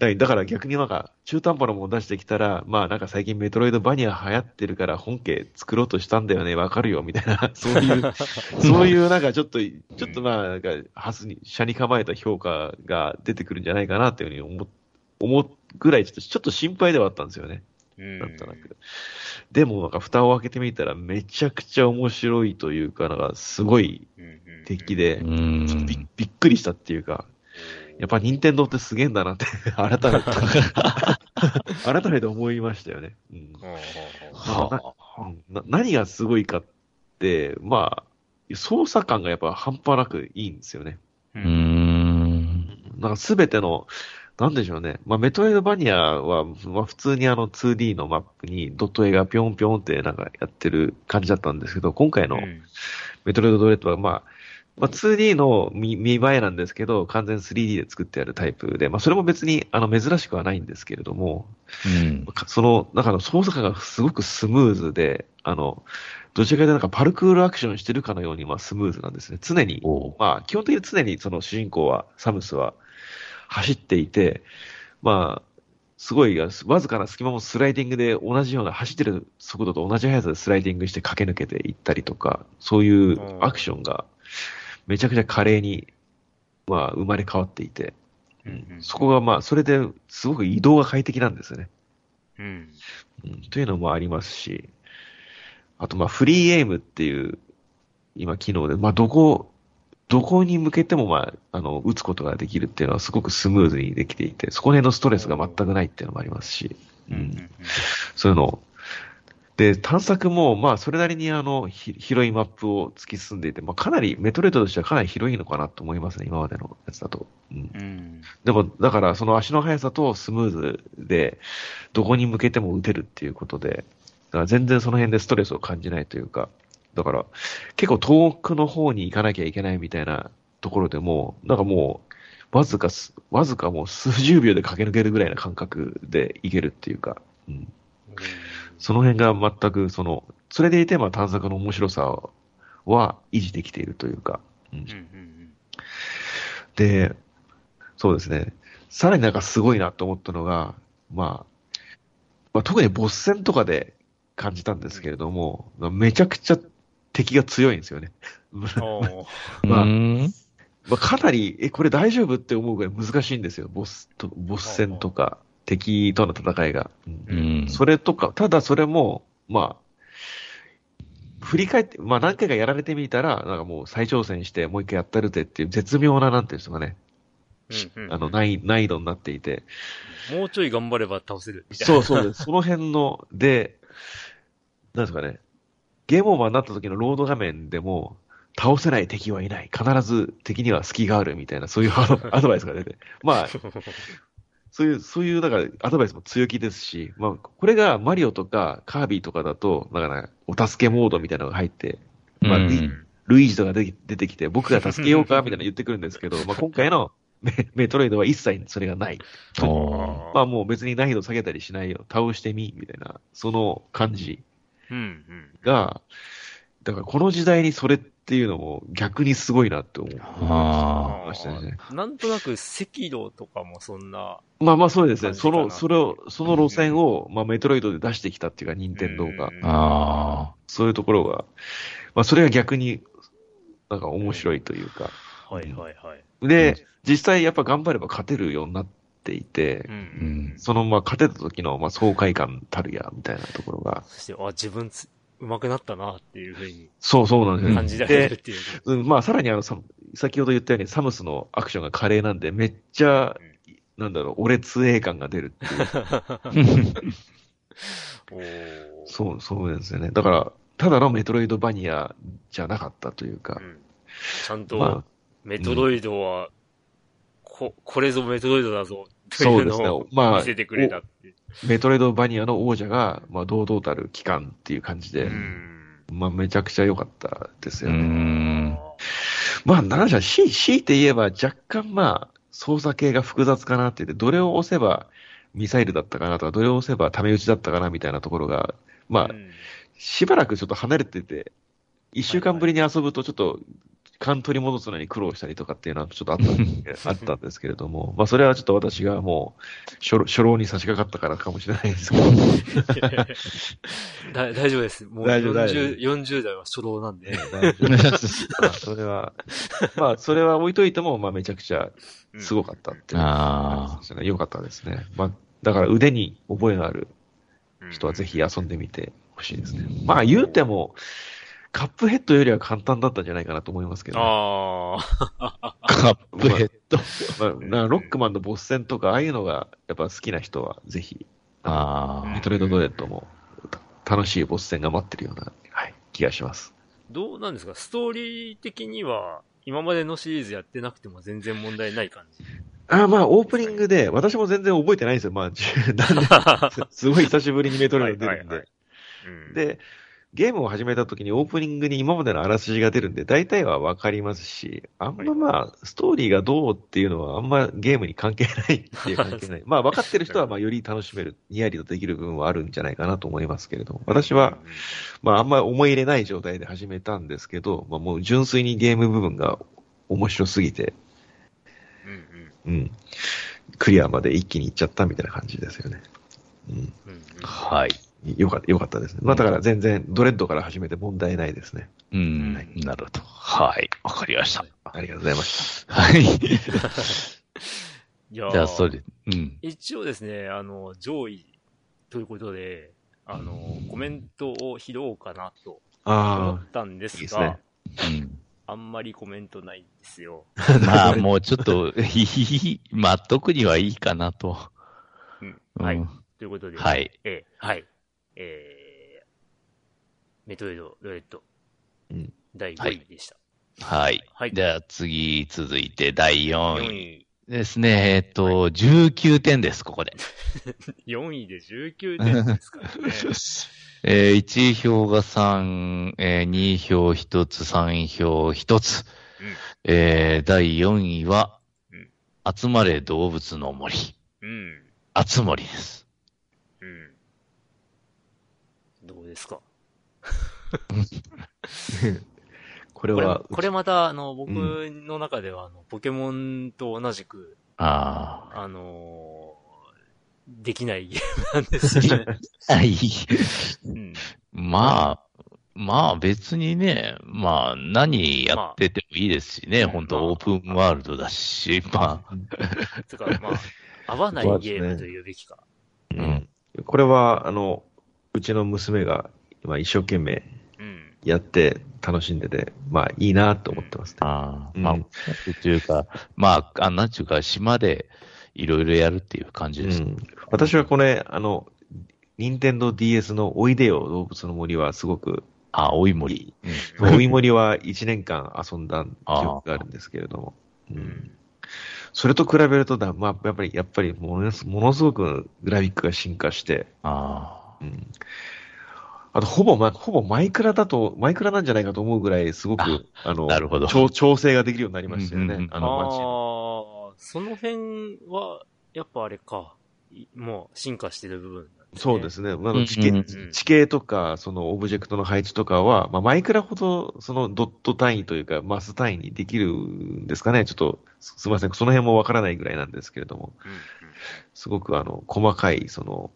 だからだから逆になんか、中途半端なもの出してきたら、まあなんか最近メトロイドバニア流行ってるから本家作ろうとしたんだよね、わかるよ、みたいな、 そういう、そういうなんかちょっと、ちょっとまあなんか、はずに、車に構えた評価が出てくるんじゃないかなっていうふうに思っ、思うぐらいちょっと、ちょっと心配ではあったんですよね。
うん
なんとなく。でも、なんか、蓋を開けてみたら、めちゃくちゃ面白いというか、なんか、すごい敵。
う
で、
ん
びびっくりしたっていうか、やっぱ、任天堂ってすげえんだなって、 改めて、改めて思いましたよね。うん
うんうんうん
は
な何がすごいかって、まあ、操作感がやっぱ半端なくいいんですよね。
あ。うーん。
なんかすべての、なんでしょうね。まあ、メトロイドバニアは、まあ、普通にあの 2D のマップにドット絵がピョンピョンってなんかやってる感じだったんですけど、今回の
うん
メトロイドドレッドは、まあ、まあ、2D の見見栄えなんですけど、完全 3D で作ってあるタイプで、まあ、それも別にあの珍しくはないんですけれども、
うん。
かその中の操作感がすごくスムーズで、あの、どちらかというとなんかパルクールアクションしてるかのように、まあ、スムーズなんですね。常に
おう
まあ、基本的に常にその主人公は、サムスは走っていて、まあ、すごい、わずかな隙間もスライディングで同じような、走ってる速度と同じ速さでスライディングして駆け抜けていったりとか、そういうアクションがめちゃくちゃ華麗に、まあ、生まれ変わっていて、
うん
そこがまあ、それですごく移動が快適なんですよね。
うん
うんというのもありますし、あと、まあ、フリーエイムっていう、今、機能で、まあ、どこ、どこに向けても、まあ、あの、打つことができるっていうのはすごくスムーズにできていて、そこへのストレスが全くないっていうのもありますし、
うんうん
そういうのを。で、探索も、まあ、それなりにあの、ひ広いマップを突き進んでいて、まあ、かなり、メトロイドとしてはかなり広いのかなと思いますね、今までのやつだと。うん
うんうん
でも、だから、その足の速さとスムーズで、どこに向けても打てるっていうことで、だから全然その辺でストレスを感じないというか、だから、結構遠くの方に行かなきゃいけないみたいなところでも、なんかもう、わずかす、わずかもう数十秒で駆け抜けるぐらいな感覚で行けるっていうか、うん、その辺が全く、その、それでいて、まあ探索の面白さは維持できているというか、うん
うんうん
で、そうですね。さらになんかすごいなと思ったのが、まあ、まあ、特にボス戦とかで感じたんですけれども、まあめちゃくちゃ敵が強いんですよね。
おー
まあ
うーん
まあ、かなり、え、これ大丈夫って思うぐらい難しいんですよ。ボスと、ボス戦とか、敵との戦いが。うん
うん
それとか、ただそれも、まあ、振り返って、まあ何回かやられてみたら、なんかもう再挑戦してもう一回やったるぜっていう絶妙な、なんていうんですかね、
うんうん
あの、難易難易度になっていて、
もうちょい頑張れば倒せるみたいな。
そうそうです。その辺の、で、なんですかね、ゲームオーバーになった時のロード画面でも、倒せない敵はいない。必ず敵には隙があるみたいな、そういう あのアドバイスが出て。まあ、そういう、そういう、だから、アドバイスも強気ですし、まあ、これがマリオとかカービィとかだと、だから、お助けモードみたいなのが入って、まあ、
うん
ルルイージとか出て出てきて、僕が助けようか、みたいなの言ってくるんですけど、まあ、今回の メメトロイドは一切それがない。
お
まあもう別に難易度下げたりしないよ。倒してみ、みたいな、その感じ
うんうん。
が、だからこの時代にそれっていうのも逆にすごいなって思う。
あ
ましたね
なんとなく赤道とかもそんな、
まあまあそうですね。
感じか
そ
な
の、それを、その路線を、まあメトロイドで出してきたっていうか、任天堂が
うん。
あ。あ
そういうところが、まあそれが逆に、なんか面白いというか。
はいはいはい。
うん
で、実際やっぱ頑張れば勝てるようになっていて
う、。
あ。うんん。
そのまあ勝てた時のまあ爽快感たるや、みたいなところが。
そして、あ、自分つ、上手くなったなっていうふうに
そうそうなんですよ。
感じられるっていう。
うん、まあ、さらにあの、さ先ほど言ったように、サムスのアクションが華麗なんで、めっちゃ、なんだろう、俺通鋭感が出るっていう。
おー
そう、そうですよね。だから、ただのメトロイドバニアじゃなかったというか
う、んちゃん
ま
と
あ、
メトロイドは、こ、これぞメトロイドだぞ、と
そ
いう
うですね
のを。
ま
見
あ、
せてくれたっていう。
おメトロイドバニアの王者が、まあ、堂々たる機関っていう感じで、
うん。
まあ、めちゃくちゃ良かったです
う
よね。
ん。
まあ、なんじゃ、し、強いて言えば、若干まあ、操作系が複雑かなって言って、どれを押せばミサイルだったかなとか、どれを押せばため打ちだったかなみたいなところが、まあ
う、 ん
しばらくちょっと離れてて、一週間ぶりに遊ぶとちょっと、勘取り戻すのに苦労したりとかっていうのはちょっとあったん であったんですけれども、まあそれはちょっと私がもう、初老初老に差し掛かったからかもしれないです けど、
だ大丈夫です。もう
大丈夫大丈夫
40、40代は初老なんで。
まあそれは、まあそれは置いといても、まあめちゃくちゃすごかったっていうの
あ
が、ね、良かったですね。まあだから腕に覚えのある人はぜひ遊んでみてほしいですね。まあ言うても、カップヘッドよりは簡単だったんじゃないかなと思いますけどね、
ああ。
カップヘッド。
まあ、なロックマンのボス戦とか、ああいうのがやっぱ好きな人は、ぜひ、
ああ
メトレードドレッドもた楽しいボス戦が待ってるような、はい、気がします。
どうなんですかストーリー的には、今までのシリーズやってなくても全然問題ない 感じ。
あーまあ、オープニングで、私も全然覚えてないんですよ。まあ、10何 年すごい久しぶりにメトレード出るん
はいはい
で。
うん、
で、ゲームを始めた時にオープニングに今までのあらすじが出るんで、大体はわかりますし、あんままあ、ストーリーがどうっていうのはあんまゲームに関係ないっていう関係ない。 まあ、分かってる人はまあ、より楽しめる、ニヤリとできる部分はあるんじゃないかなと思いますけれども、私は、まあ、あんまり思い入れない状態で始めたんですけど、まあ、もう純粋にゲーム部分が面白すぎて、
うんうん
うん。クリアまで一気にいっちゃったみたいな感じですよね。うん。
うんうん
はい。
よかった、よかったですね。まあ、だから全然、ドレッドから始めて問題ないですね。
うん
はい。
なるほど。はい。わかりました。
ありがとうございまし た。
はい。
いやー
じゃあ、それ。うん。
一応ですね、あの、上位ということで、あの、コメントを拾おうかなと思
あ
ったんです
いいです
が、
ね
うん
あんまりコメントないんですよ。
まあ、もうちょっと、 いい、まあ、特にはいいかなと。
うん。
うん
はい。ということで、
はい。
えーはい。えー、メトロイド、ロレット、
うん
第
は
5
い
位でした。
はい。
はい
じゃあ次、続いて第4
4
位
位。
ですね。えっと、19点です、ここで。
4位で19点ですからね。
えー、1票が3、えー、2票1つ、3票1つ。えー、第4位は、
うん
集まれ動物の森。
うん。うん。
集まりです。
うん。どうですか
これ
これ
は、
これまた、あの、僕
う
の中では、あの、ポケモンと同じく、
あ
あのーできないゲ ームなんですよ ね。
あ。はい。
うん。
まあ、まあ別にね、まあ何やっててもいいですしね、
まあ
本
まあ
当オープンワールドだし、まあ、
つうか、ま あ、合わないゲームというべきか。
う
うん
んこれは、あの、うちの娘が今一生懸命
うん。
やって楽しんでて、まあいいなと思ってますね。
ああ
うん
まあ、というか、まあ、あなんていうか、島でいろいろやるっていう感じ
う
です。
ん、私はこれ、あの、任天堂 DS のおいでよ動物の森はすごく、
あ、おい森。
おい森は1年間遊んだ記憶があるんですけれども、う、
うんん。
それと比べるとだ、まあ、やっぱり、やっぱりものす、ものすごくグラフィックが進化して、
あ
うん、あと、ほぼ、ま、ほぼマイクラだと、マイクラなんじゃないかと思うぐらい、すごく、あの、
なるほど
調調整ができるようになりましたよね、
うんうんうん
あ
あ
の街の
あー、その辺は、やっぱあれか。いもう、進化してる部分なんですね。。
そうですすね。あの地形
うんうん
うん
地形とか、そのオブジェクトの配置とかは、まあ、マイクラほど、そのドット単位というか、マス単位にできるんですかね。ちょっと、すすみません。その辺もわからないぐらいなんですけれども、
うんうん
すごく、あの、細かい、その、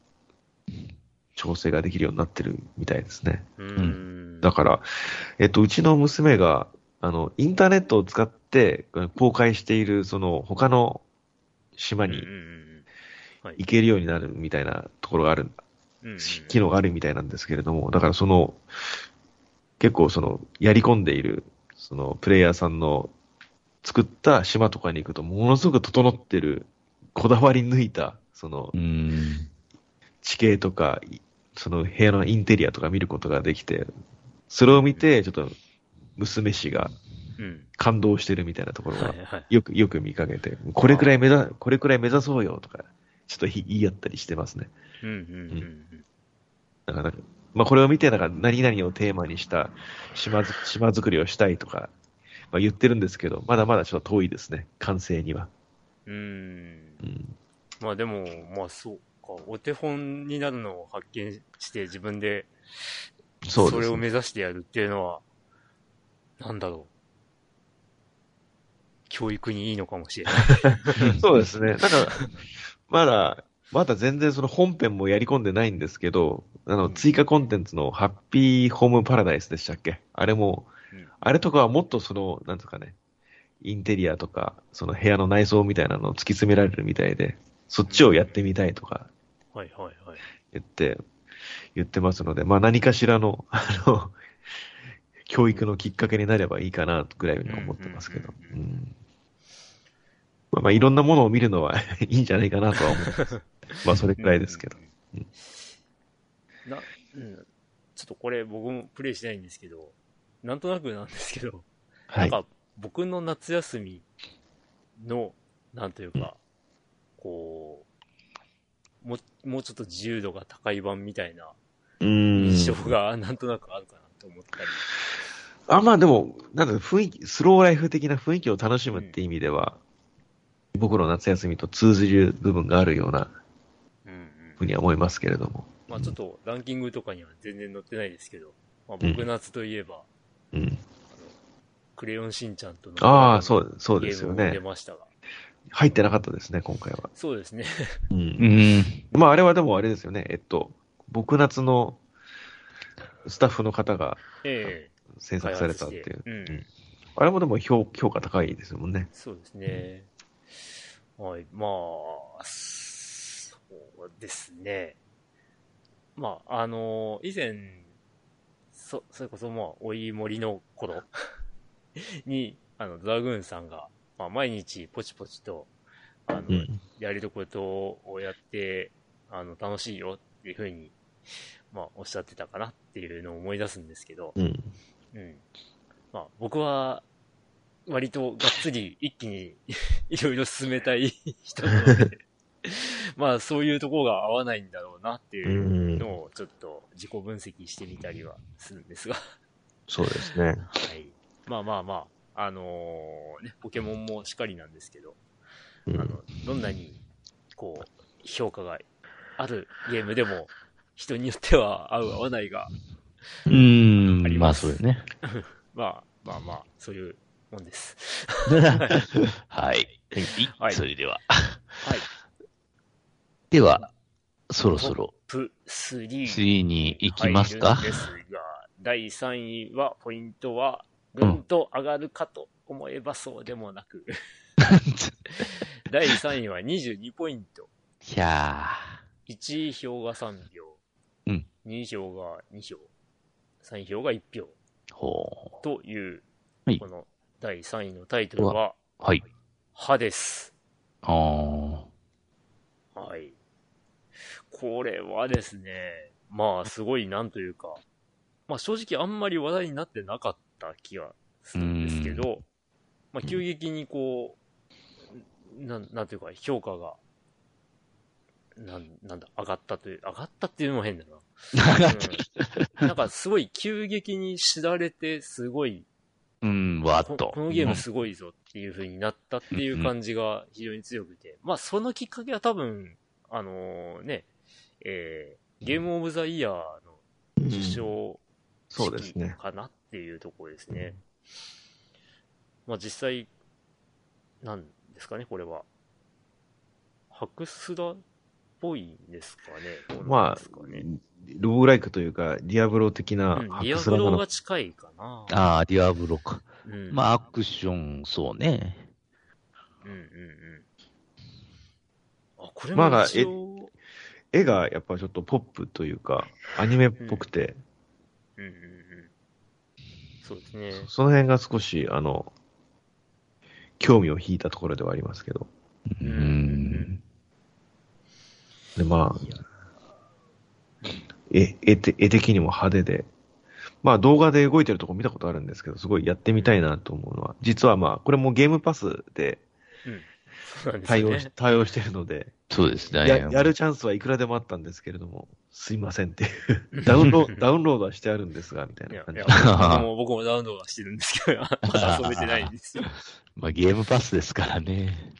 調整ができるようになってるみたいですね。
う。
うん
だから、えっと、うちの娘が、あの、インターネットを使って公開している、その、他の島
うんう
に
んうんはい
行けるようになるみたいなところがある
うんうん
機能があるみたいなんですけれども、だからその、結構その、やり込んでいる、その、プレイヤーさんの作った島とかに行くと、ものすごく整ってる、こだわり抜いた、その
あ。う、ん。
地形とか、いその部屋のインテリアとか見ることができて、それを見て、ちょっと、娘氏が
うん。
感動してるみたいなところ
は
が
い、はい。
よく、よく見かけて、これくらい目指、これくらい目指そうよとか、ちょっと言い合ったりしてますね。
うんうんうん
なかなか、まあ、これを見て、なんか、何々をテーマにした島づ島作りをしたいとか、まあ、言ってるんですけど、まだまだちょっと遠いですね、完成には。
うん。うん。
うん、
まあでも、まあそうか。お手本になるのを発見して自分で
そう
そ
で
れ
す
を
ね。
目指してやるっていうのは、なんだろう。教育にいいのかも しれない。
そうですね。なんか、まだ、まだ全然その本編もやり込んでないんですけど、あの、追加コンテンツのハッピーホームパラダイスでしたっけあれも
うん、
あれとかはもっとその、なんとかね、インテリアとか、その部屋の内装みたいなのを突き詰められるみたいで、そっちをやってみたいとか、
はいはいはい。
言って、言ってますので、まあ何かしらの、 あの、教育のきっかけになればいいかな、ぐらいには思ってますけど。
う
うん
うん
んまあ、まあいろんなものを見るのは いいんじゃないかなとは思 います。まあそれくらいですけど。
うん。な、うん。ちょっとこれ僕もプレイしてないんですけど、なんとなくなんですけど、
は
なん
い。
か僕の夏休みの、なんというか、こう、もう、もうちょっと自由度が高い版みたいな
うん
印象がなんとなくあるかなと思ったり。
あ、まあでも、なんだろう雰囲気、スローライフ的な雰囲気を楽しむって意味では、僕の夏休みと通じる部分があるような
うん
ふうには思いますけれども。
まあちょっとランキングとかには全然載ってないですけど、まあ僕夏といえば、
うん。
クレヨンしんちゃんとの
ああ、そう、そうですよ
ゲームも出
ね。
ましたが。
入ってなかったですね、今回は。
そうですね。
うん
うん。
まあ、あれはでもあれですよね。えっと、僕夏のスタッフの方が
ええ
制作されたってい
開
う。
発してうん。
あれもでも評評価高いですもんね。
そうですね。はい。まあ、そうですね。まあ、あの、以前、そ、それこそまあ、おい森の頃 に、あの、ザグーンさんが、まあ、毎日ポチポチと、あの、
うん
やれることをやって、あの、楽しいよっていうふうに、まあ、おっしゃってたかなっていうのを思い出すんですけど、
うん。
うん。まあ、僕は、割とがっつり一気に いろいろ進めたい 人なので、まあ、そういうところが合わないんだろうなっていうのをちょっと自己分析してみたりはするんですが、
そうですね。
はい。まあまあまあ、あのーね、ポケモンもしかりなんですけど、
う
あ
ん
の、どんなに、こう、評価があるゲームでも、人によっては合う合わないが、
うー
あり
ん、ま
ま
あ
す
そうよ ね。
まあまあまあ、そういうもんです。
はい。
はい
それでは。
はい。
では、そろそろ
トップ3
3に行きますか
入。 るんですが、第3位は、ポイントは、ぐんと上がるかと思えばそうでもな く、第3位は22ポイント。
いや
1位票が3票、
うん
2位票が2票、3位票が1票
ー、ほ
という、
はい
この第3位のタイトルは、
う。はい。
歯です。
あー
はい。これはですね、まあすごいなんというか、まあ正直あんまり話題になってなかった気がするんですけど、まあ急激にこう、なん、なんというか評価が、なん、なんだ、上がったという、上がったっていうのも変だな。うんなんかすごい急激に知られて、すごい、
うん、わー
こ
っと。
このゲームすごいぞっていう風になったっていう感じが非常に強くて、まあそのきっかけは多分、あのね、えーゲームオブザイヤーの受賞
そうですね。
かなっていうところですね。まあ実際、なんですかね、これは。白スラっぽいんですかね。どうなん
ま
ですか
あ
ね、
ロブライクというか、ディアブロ的な
うん、
ハ
リ
ッ
ア
クス
ブ
ラか
ロ
な
が。近いかな。
ああ、ディアブロか。
うん、
まあ、アクション、そうね。
うんうんうん。あ、これ
ま
も
だ
一応、
絵がやっぱちょっとポップというか、アニメっぽくて、
うんうんうん。そうですね。
その辺が少し、あの、興味を引いたところではありますけど。
う
う
ん
ん。
で、ま
いや
あ、絵、絵て絵的にも派手で、まあ動画で動いてるとこ見たことあるんですけど、すごいやってみたいなと思うのは、実はまあ、これもゲームパスで
そうなんです
対
よ
応し,、
ね。
対応してるので、
そうですね。
や、やるチャンスはいくらでもあったんですけれども、すいませんっていう、 ダウンロ ード、ダウンロードはしてあるんですが、みたい
い
な
や、
感
い
じ
や
で。
僕も僕もダウンロードはしてるんですけど、 まだ遊べてないんですよ。
まあ、ゲームパスですからね。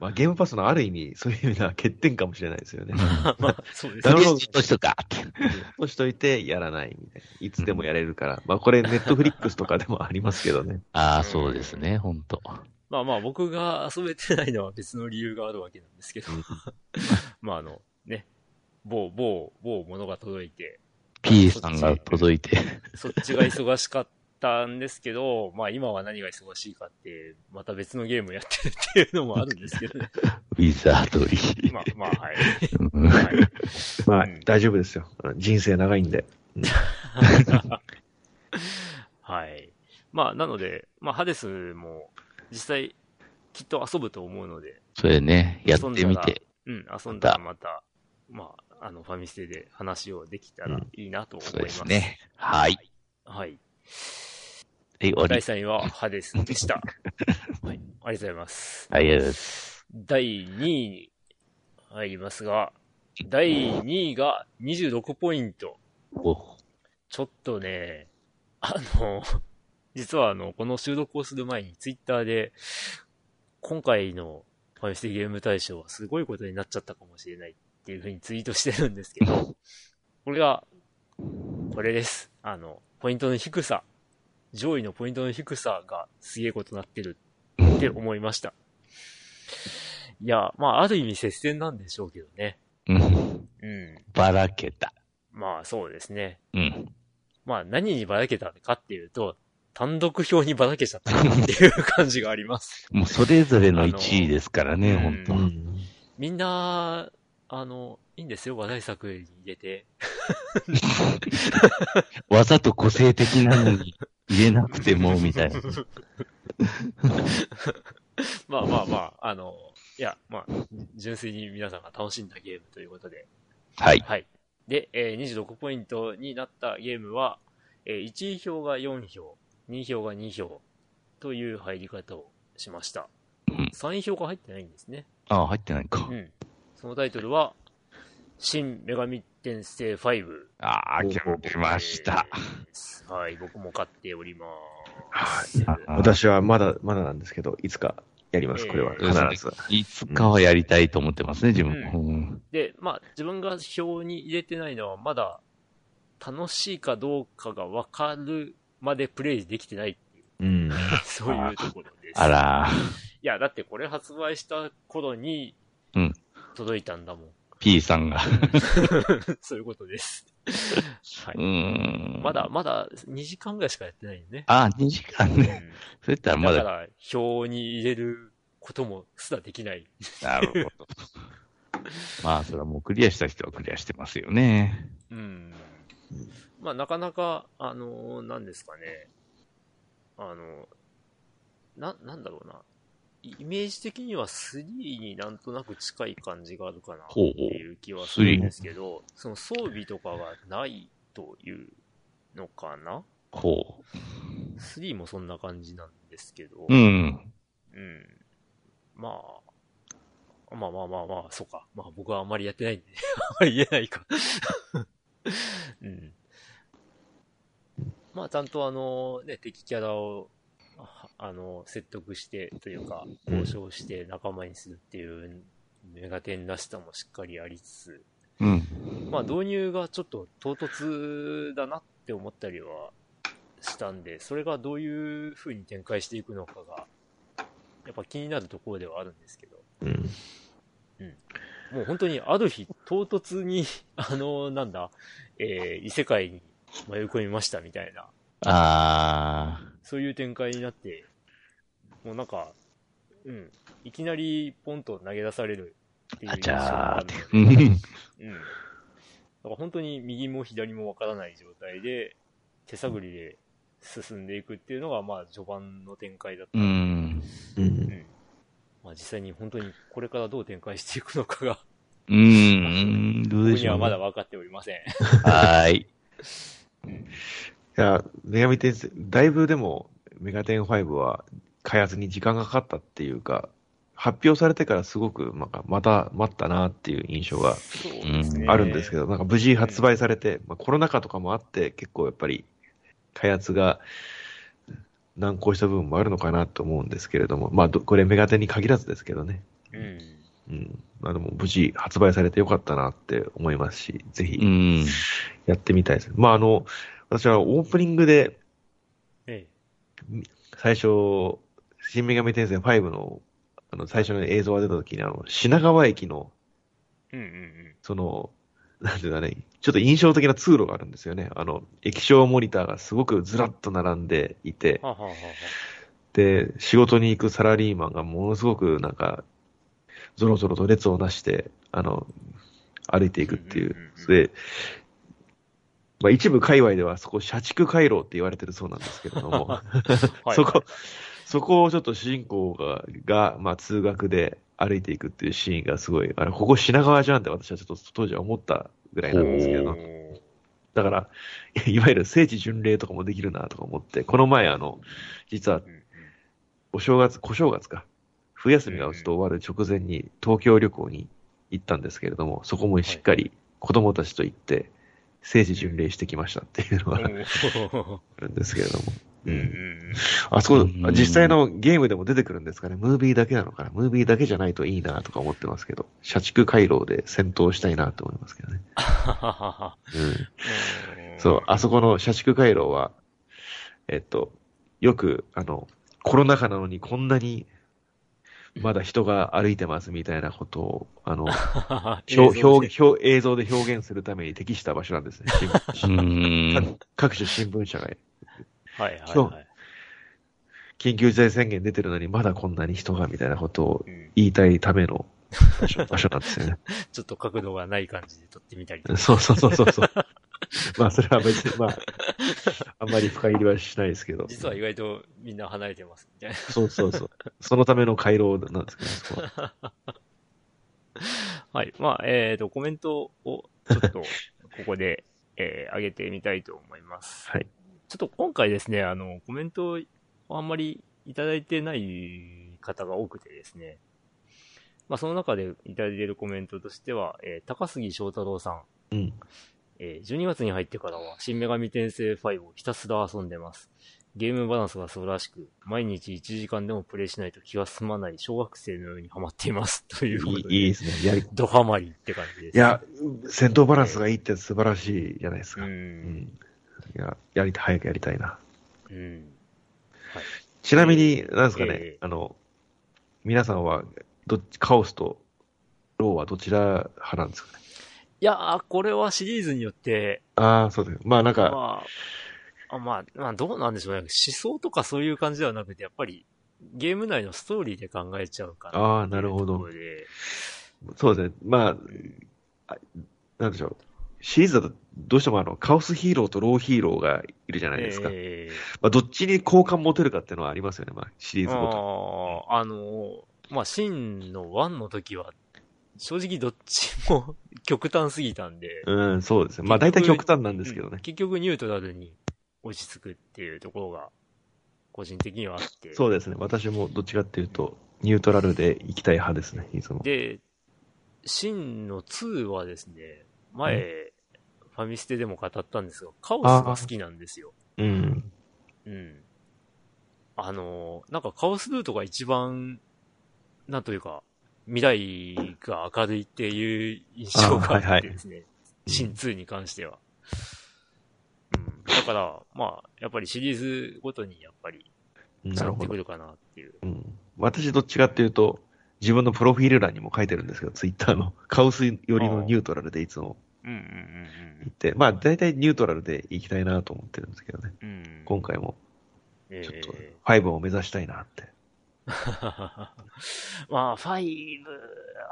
まあゲームパスのある意味、そういう意味では欠点かもしれないですよね。
まあ、そうです
ダ
ね
ウンロード
としとかって。
落としといてやらないみたいな。いつでもやれるから。まあこれ、ネットフリックスとかでもありますけどね。
ああ、そうですね、ほんと。
まあまあ、僕が遊べてないのは別の理由があるわけなんですけど
うん、
まああの、ね、某、某、某ものが届いて、
P さんが届いて。
そっちが忙しかったんですけど、まあ今は何が忙しいかって、また別のゲームをやってるっていうのもあるんですけどね。
ウィザードリー。
まあまあ、はい。
うん
はい
まあ
うん
大丈夫ですよ。人生長いんで。
はい。まあ、なので、まあ、ハデスも、実際、きっと遊ぶと思うので、
それね、やってみて。
うん、遊んだらまた、まあ、あの、ファミステで話をできたらいいなと思います。
そうですね。はい。
はい。
はい、終わり。あ
第
りがと
3位はハデスで した。はい。ありがとうございます。
うございます。
第2位に入りますが、第2位が26ポイント。
お
ちょっとね、あの、 実はあの、この収録をする前にツイッターで、今回のファミステゲーム大賞はすごいことになっちゃったかもしれないっていうふうにツイートしてるんですけど、これが、これです。あの、ポイントの低さ、上位のポイントの低さがすげえことになってるって思いました。いや、まあ、ある意味接戦なんでしょうけどね。
うん
うん。
ばらけた。
まあ、そうですね。
うん。
まあ何にばらけたかっていうと、単独票にばらけちゃったなっていう感じがあります。
もうそれぞれ
あ
の
の
1位ですからね、ほん
う
と。
みんな、あの、いいんですよ、話題作に入れて。
わざと個性的なのに、入れなくても、みたいな。
まあまあまあ、あの、いや、まあ、純粋に皆さんが楽しんだゲームということで。
はい。
はい。で、えー26ポイントになったゲームは、えー1位票が4票、2位票が2票という入り方をしました。
うん
3位票が入ってないんですね。
ああ、入ってないか
う。ん。そのタイトルは、新女神転生5。
ああ、来ました。
です。はい、僕も買っておりま
は
す。
あ
私はまだ、まだなんですけど、いつかやります、これは。
え
必
ー
ず。
いつかはやりたいと思ってますね、自分も。うん
で、まあ、自分が表に入れてないのは、まだ、楽しいかどうかがわかるまでプレイできてないっていう、
うん。
そういうところです。
あら
いや、だってこれ発売した頃に
うん、
届いたんだ もん。
P さんが。
そういうことです。は
う
い。
ーん。
まだ、。まだ2時間ぐらいしかやってないよね。
ああ、2時間 ね。そういったら
うん
ま
だか
だ。
ら、表に入れることもすらできない。
な るほど。まあ、それはもうクリアした人はクリアしてますよね。
うん。まあ、なかなか、あのーなんですかね。あのな、なんだろうな。イイメージ的には3になんとなく近い感じがあるかなって
ほうほう
いう気はするんですけど、その装備とかがないというのかな
ほ
?3 もそんな感じなんですけど、
う。うん。
うん。まあ、まあまあまあまあ、そうか。まあ僕はあんまりやってないんで、 あんまり言えないか。 うん。まあちゃんとあの、ね、敵キャラを、ああの、説得してというか、交渉して仲間にするっていう、メガテンらしさもしっかりありつつ、
うん。
まあ導入がちょっと唐突だなって思ったりはしたんで、それがどういう風に展開していくのかが、やっぱ気になるところではあるんですけど、
うん。
もう本当にある日唐突に、 あの、なんだ、えー異世界に迷い込みましたみたいな、
あ
そういう展開になって、もうなんか、うん、いきなりポンと投げ出されるって いう
あ、あちゃーって
印象があるので。
うん。
うん。だから本当に右も左もわからない状態で、手探りで進んでいくっていうのが、まあ、序盤の展開だった。
う。ん。
う。
うんん。まあ、実際に本当にこれからどう展開していくのかが、
うん。どう
僕
でし
に
ょ
は
う。
まだ分かっておりません。
はーい。
いや、女神転生、だいぶでも、メガテン5は開発に時間がかかったっていうか、発表されてからすごく、なんか、また待ったなっていう印象が
そう
ですね
あるんですけ
ど。
ど、なんか無事発売されて、まあ、コロナ禍とかもあって、結構やっぱり開発が難航した部分もあるのかなと思うんですけれども、まあ、どこれメガテンに限らずですけどね。
うん。
うん。まあ、でも無事発売されてよかったなって思いますし、ぜ
う
ひ
ん。
やってみたいです。まあ、あの、私はオープニングで
え
最初、新女神転生5のあの最初の映像が出た時に、あの、品川駅の、
え。うんうんうん。
その、なんていうかね、ちょっと印象的な通路があるんですよね。あの、液晶モニターがすごくずらっと並んでいて、
はあ、はあはあは
で、仕事に行くサラリーマンがものすごくなんか、ぞろぞろと列をなして、あの、歩いていくってい
うんうんうん
う
うん。
で、まあ一部界隈ではそこ社畜回廊って言われてるそうなんですけれども、
あ はい。
そこ、そこをちょっと主人公が、がまあ、通学で歩いていくっていうシーンがすごい、あれ、ここ品川じゃんって私はちょっと当時は思ったぐらいなんですけ
お
ど、
ー
だから、いわゆる聖地巡礼とかもできるなとか思って、この前、あの、実は
うんうん
お正月、小正月か、冬休みがちょっと終わる直前に東京旅行に行ったんですけれども、そこもしっかり子供たちと行って、聖地巡礼してきましたっていうのがあ
おー
るんですけれども。
うんうん
あそこ
うん、
実際のゲームでも出てくるんですかね。ムービーだけなのかな。ムービーだけじゃないといいなとか思ってますけど、社畜回廊で戦闘したいなと思いますけどね。
う。
うんん、そう、あそこの社畜回廊は、えっと、よく、あの、コロナ禍なのにこんなに、まだ人が歩いてますみたいなことを、あ の、
表
表表表映像で表現するために適した場所なん ですね。新
う
聞
ん。
各種新聞社が
はいはい
そ
は
う緊急事態宣言出てるのにまだこんなに人がみたいなことを
い。うん
言いたいための場 所場所なんですよね。
ちょっと角度がない感じで撮ってみたりとか。
そうそうそうそうそう。まあ、それは別に、まあ、あんまり深入りはしないですけど。
実は意外とみんな離れてますみたいな。
そうそうそう。そのための回廊なんですけど、そこ は。
はい。まあ、えっ、と、コメントをちょっと、ここで、 えー上げてみたいと思います。
はい。
ちょっと今回ですね、あの、コメントをあんまりいただいてない方が多くてですね、まあ、その中でいただいているコメントとしては、えー高杉翔太郎さん、
うん。
えー12月に入ってからは、新女神転生5をひたすら遊んでます。ゲームバランスが素晴らしく、毎日1時間でもプレイしないと気が済まない小学生のようにハマっています。 ということで、
いいいいですね。やり
ドハマりって感じです、
いや、戦闘バランスがいいって素晴らしいじゃないです
う。
か。うんん。いや、やりた、早くやりたいな。
うん。
ちなみに、なんですかね、
ええ
あの、皆さんは、どっち、カオスとローはどちら派なんですかね。
いやー、これはシリーズによって、
ああ、そうです。まあなんか、
まあ、あまあ、まあ、どうなんでしょうね。思想とかそういう感じではなくて、やっぱり、ゲーム内のストーリーで考えちゃうから。
ああ、なるほ
とこ
ど
ろ。で
そうですね。まあ、あなんでしょう。シリーズだと、どうしてもあの、カオスヒーローとローヒーローがいるじゃないですか。
ええ
まあ、どっちに好感持てるかっていうのはありますよね、まあ、シリーズごとに。
ああ、あのー、まあ、シンの1の時は、正直どっちも極端すぎたんで、
うん、そうですね。まあ、大体極端なんですけど
うん
ね。
結局ニュートラルに落ち着くっていうところが、個人的にはあって。
そうですね。私もどっちかっていうと、ニュートラルで行きたい派ですね、いつも。
で、シンの2はですね、前、ファミステでも語ったんですが、カオスが好きなんですよ。
うん。
うん。あのー、なんかカオスルートが一番、なんというか、未来が明るいっていう印象が
あーはい
あ
は
っ
い
てですね、シン2に関しては。うん。だから、まあ、やっぱりシリーズごとにやっぱり違
なる
って
ほ
く
ど。
るかなっていう。
うん。私どっちかっていうと、自分のプロフィール欄にも書いてるんですけど、ツイッターの、 カオス寄りのニュートラルでいつも
うんうん
行って、まあ、大体ニュートラルで行きたいなと思ってるんですけどね。
うんうん。うん。
今回も、
え
ちょっと
え、
5を目指したいなって。
まあ、ファイブ、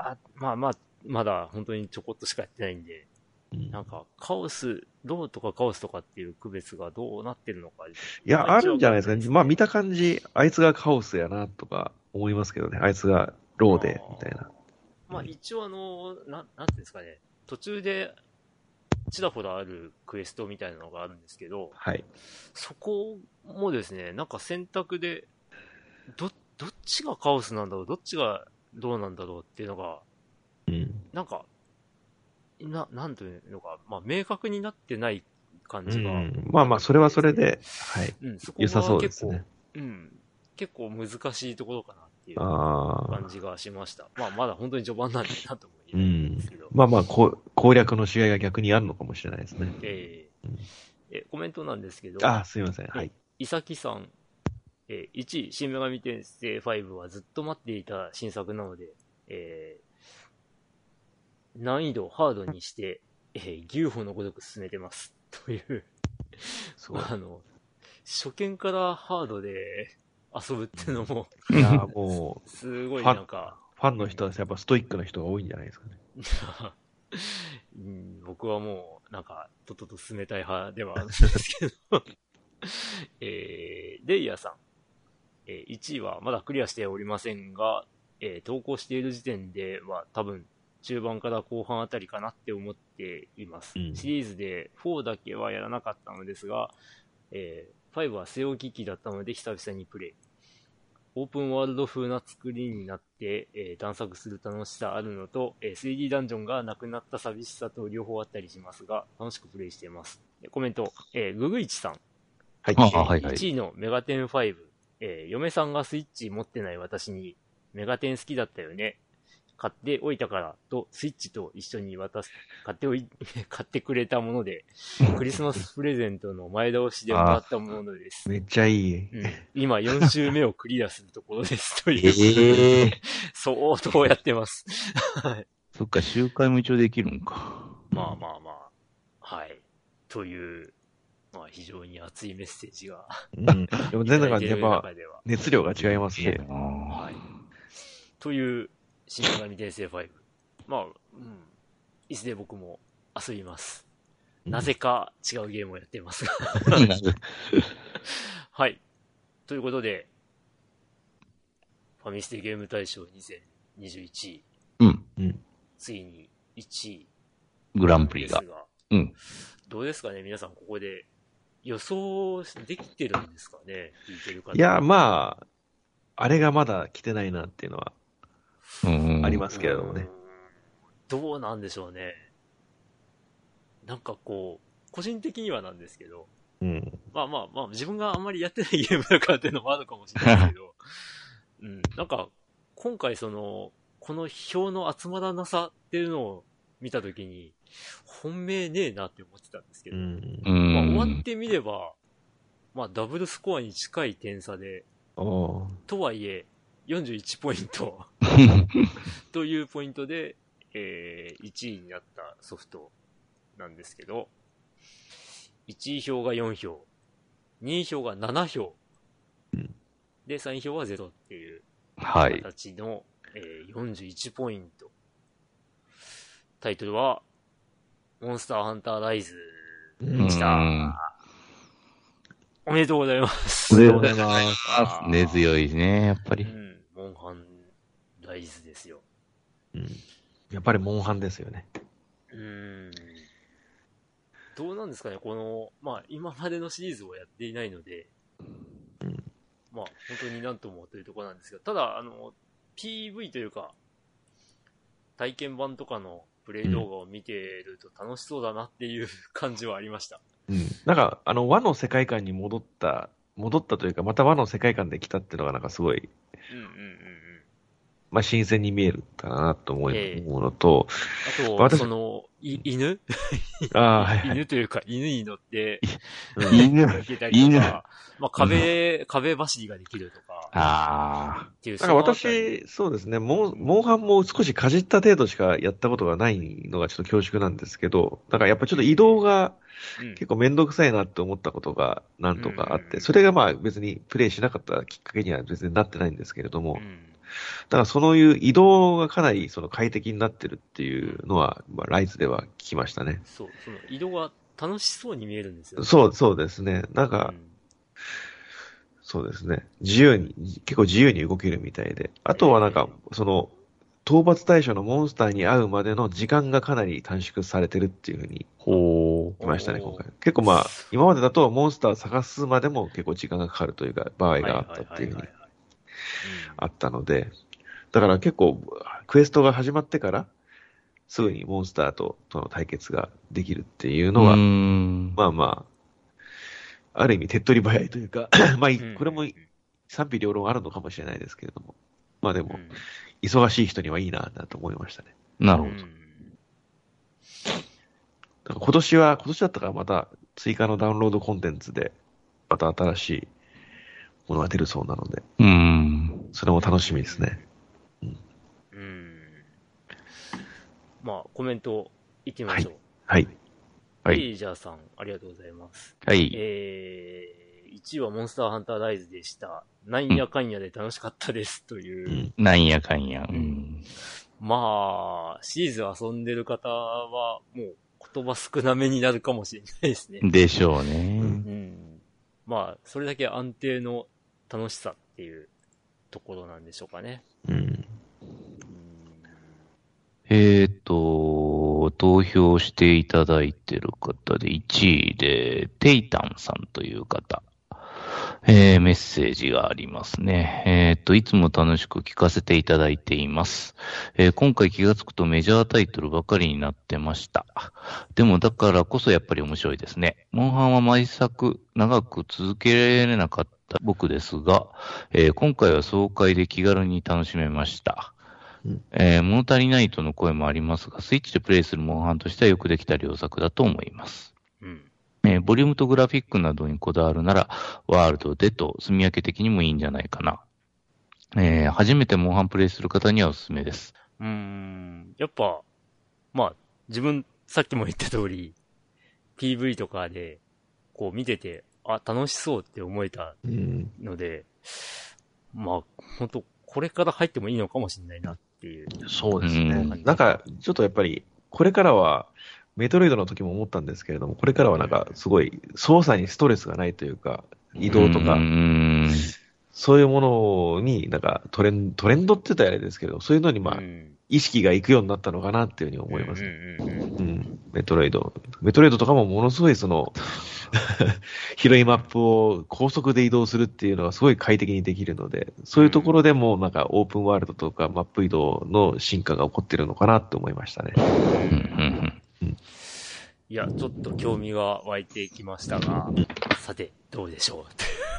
あまあまあ、まだ本当にちょこっとしかやってないんで、
うん
なんか、カオス、ローとかカオスとかっていう区別がどうなってるのか。
いや、あるんじゃないですか。まあ、見た感じ、あいつがカオスやなとか思いますけどね。あいつがローで、みたいな。
まあ一応あの、ななんていうんですかね、途中で、ちらほらあるクエストみたいなのがあるんですけど、
はい。
そこもですね、なんか選択で、ど、どっちがカオスなんだろう、どっちがどうなんだろうっていうのが、
うん。
なんか、な、なんというのか、まあ、明確になってない感じが。
うんまあまあ、それはそれで、はい。
うん、そこ
良さ
が
そうです
結構、
ね。
うん、結構難しいところかなっていう
ああ
感。じがしました。まあ、まだ本当に序盤なんだなとも
う
言えないん
ん
ですけど。
まあまあこう、攻略の試合が逆にあるのかもしれないですね。
えーえ、コメントなんですけど、
あ、すいません。はい。
いさきさん、えー1位、新女神転生5はずっと待っていた新作なので、えー難易度をハードにして、えー牛歩のごとく進めてます。という。
そう
あの、初見からハードで遊ぶっていうのも、
いや、もう、
すごい
は
なんか、
ファンの人はやっぱストイックな人が多いんじゃないですかね。
うん僕はもう、なんか、とっとと進めたい派ではあるんですけど。えー、レイヤーさん。えー1位はまだクリアしておりませんが、えー投稿している時点では多分、中盤から後半あたりかなって思っています。
うん
シリーズで4だけはやらなかったのですが、えー5は背置き機だったので久々にプレイ。オープンワールド風な作りになって、えー探索する楽しさあるのと、えー 3D ダンジョンがなくなった寂しさと両方あったりしますが、楽しくプレイしています。でコメント、えーググイチさん。
はい。
あ
えー
はいはい
1位のメガテン5、えー嫁さんがスイッチ持ってない私に、メガテン好きだったよね。買っておいたからと、スイッチと一緒に渡す、買っておい、 買ってくれたもので、クリスマスプレゼントの前倒しでもらったものです。
めっちゃいい。
うん、今4周目をクリアするところです。という、
え え
相当やってます。
そっか、集会も一応できるんか。
まあまあまあ。はい。という、まあ非常に熱いメッセージが。
うん。でも全然なんか
いただい
や
て
っ
る
ぱ
中では
熱量が違いますね。
あ
はい。という、新女神転生5。まあ、うん。いずれ僕も遊びます。なぜか違うゲームをやってい ますが。はい。ということで、ファミステゲーム大賞2021、
うん。
ついに1位
グランプ
で
リ
す
が
が。。
うん。
どうですかね皆さんここで予想できてるんですかね聞いてる方。
いや、まあ、あれがまだ来てないなっていうのは
うん、
あり
あ
ますけれどもね。。
どうなんでしょうね。なんかこう、個人的にはなんですけど、
うん。
まあまあまあ、自分があんまりやってないゲームだからっていうのもあるかもしれないけど、 うん、なんか、今回その、この表の集まらなさっていうのを見たときに、本命ねえなって思ってたんですけ
う
ど、
ん
う。
まあ
ん。
終わってみれば、まあダブルスコアに近い点差で、
おー
とはいえ、41ポイントというポイントで、えー、1位になったソフトなんですけど、1位票が4票、2位票が7票
うん、
で、3位票は0っていう
はい。
形の、えー41ポイント。タイトルは、モンスターハンターライズ
うん
でした。
うん
おめでとうございま
お
す。
めでとうございます。根強いね、やっぱ
う
り。
ん、モンハンライズですよ。
うんやっぱりモンハンですよね。
うーんどうなんですかね、この、まあ、今までのシリーズをやっていないので、
うん
まあ、本当になんともというところなんですが、ただ、あの、PV というか、体験版とかのプレイ動画を見てると楽しそうだなっていう感じはありました。
うん。なんか、あの、和の世界観に戻った、戻ったというか、また和の世界観で来たっていうのがなんかすごい、
うんうんうんうん。
まあ、新鮮に見えるかなと思う
ええ
思うのと、
あと、
私
その、い犬
ああ、はいはい。
犬というか、犬に乗って、
犬
行けたりと
犬
か、まあ、壁、壁走りができるとか、
あ
っていう、
なんか
そのあたり
私、そうですね、モンモンハンも少しかじった程度しかやったことがないのがちょっと恐縮なんですけど、だからやっぱちょっと移動が
うん
結構めんどくさいなって思ったことが何とかあっ
うん
て、それがまあ別にプレイしなかったきっかけには別になってないんですけれども
う、ん
だからそういう移動がかなりその快適になってるっていうのは、まあ、ライズでは聞きましたね。
そう、その移動が楽しそうに見えるんですよ、
そう、そうですね。なん
う
か、
ん
そうですね。自由に、結構自由に動けるみたいで。あとはなんか、その、討伐対象のモンスターに会うまでの時間がかなり短縮されてるっていうふうに、ほう、いましたね、
おー
今回。結構まあ、今までだとモンスター探すまでも結構時間がかかるというか、場合があったっていうふう
は
に
ははは
あったので、だから結構、クエストが始まってから、すぐにモンスターととの対決ができるっていう
あ。
のは、
うん
まあまあ、ある意味手っ取り早いというか、 まあ
いうん、、
これも
うん
賛否両論あるのかもしれないですけれども。まあで
う
も、
ん
忙しい人にはいいな、なと思いましたね。
なるほど。
うん
だから今年は、今年だったからまた追加のダウンロードコンテンツで、また新しいものが出るそうなので、
うん。
それも楽しみですね。
うん。まあ、コメント、いってみましょう。
はい。
はい
ペイジャーさん、ありがとうございます。
はい。
えー、1位はモンスターハンターライズでした。なんやかんやで楽しかったです。という、
うん
なんやかんや。うん。
まあ、シリーズ遊んでる方は、もう、言葉少なめになるかもしれないですね。
でしょうね。
うん。まあ、それだけ安定の楽しさっていうところなんでしょうかね。
うん。
うん
えっと、投票していただいてる方で1位で、テイタンさんという方。えーメッセージがありますね。えっと、いつも楽しく聞かせていただいています。えー今回気がつくとメジャータイトルばかりになってました。でもだからこそやっぱり面白いですね。モンハンは毎作長く続けられなかった僕ですが、えー今回は爽快で気軽に楽しめました。えー物足りないとの声もありますが、スイッチでプレイするモンハンとしてはよくできた良作だと思います。
うん。
えーボリュームとグラフィックなどにこだわるなら、ワールドでと、住み分け的にもいいんじゃないかな。えー初めてモンハンプレイする方にはおすすめです。
うん。やっぱ、まあ、自分、さっきも言った通り、PV とかで、こう見てて、あ、楽しそうって思えた
うん。
ので、まあ、本当これから入ってもいいのかもしれないなっていう。
そう
ですね
なんか、ちょっとやっぱり、これからは、メトロイドの時も思ったんですけれども、これからはなんか、すごい操作にストレスがないというか、移動とか、
うん
そういうものに、なんかトレン、トレンドって言ったらあれですけど、そういうのにまあ
う、ん
意識がいくようになったのかなっていうふうに思います。
うんうんうん
うん、メトロイド。メトロイドとかもものすごいそ の、広いマップを高速で移動するっていうのがすごい快適にできるので、そういうところでもなんかオープンワールドとかマップ移動の進化が起こってるのかなって思いましたね。
うんうん
いや、ちょっと興味が湧いてきましたが、さて、どうでしょ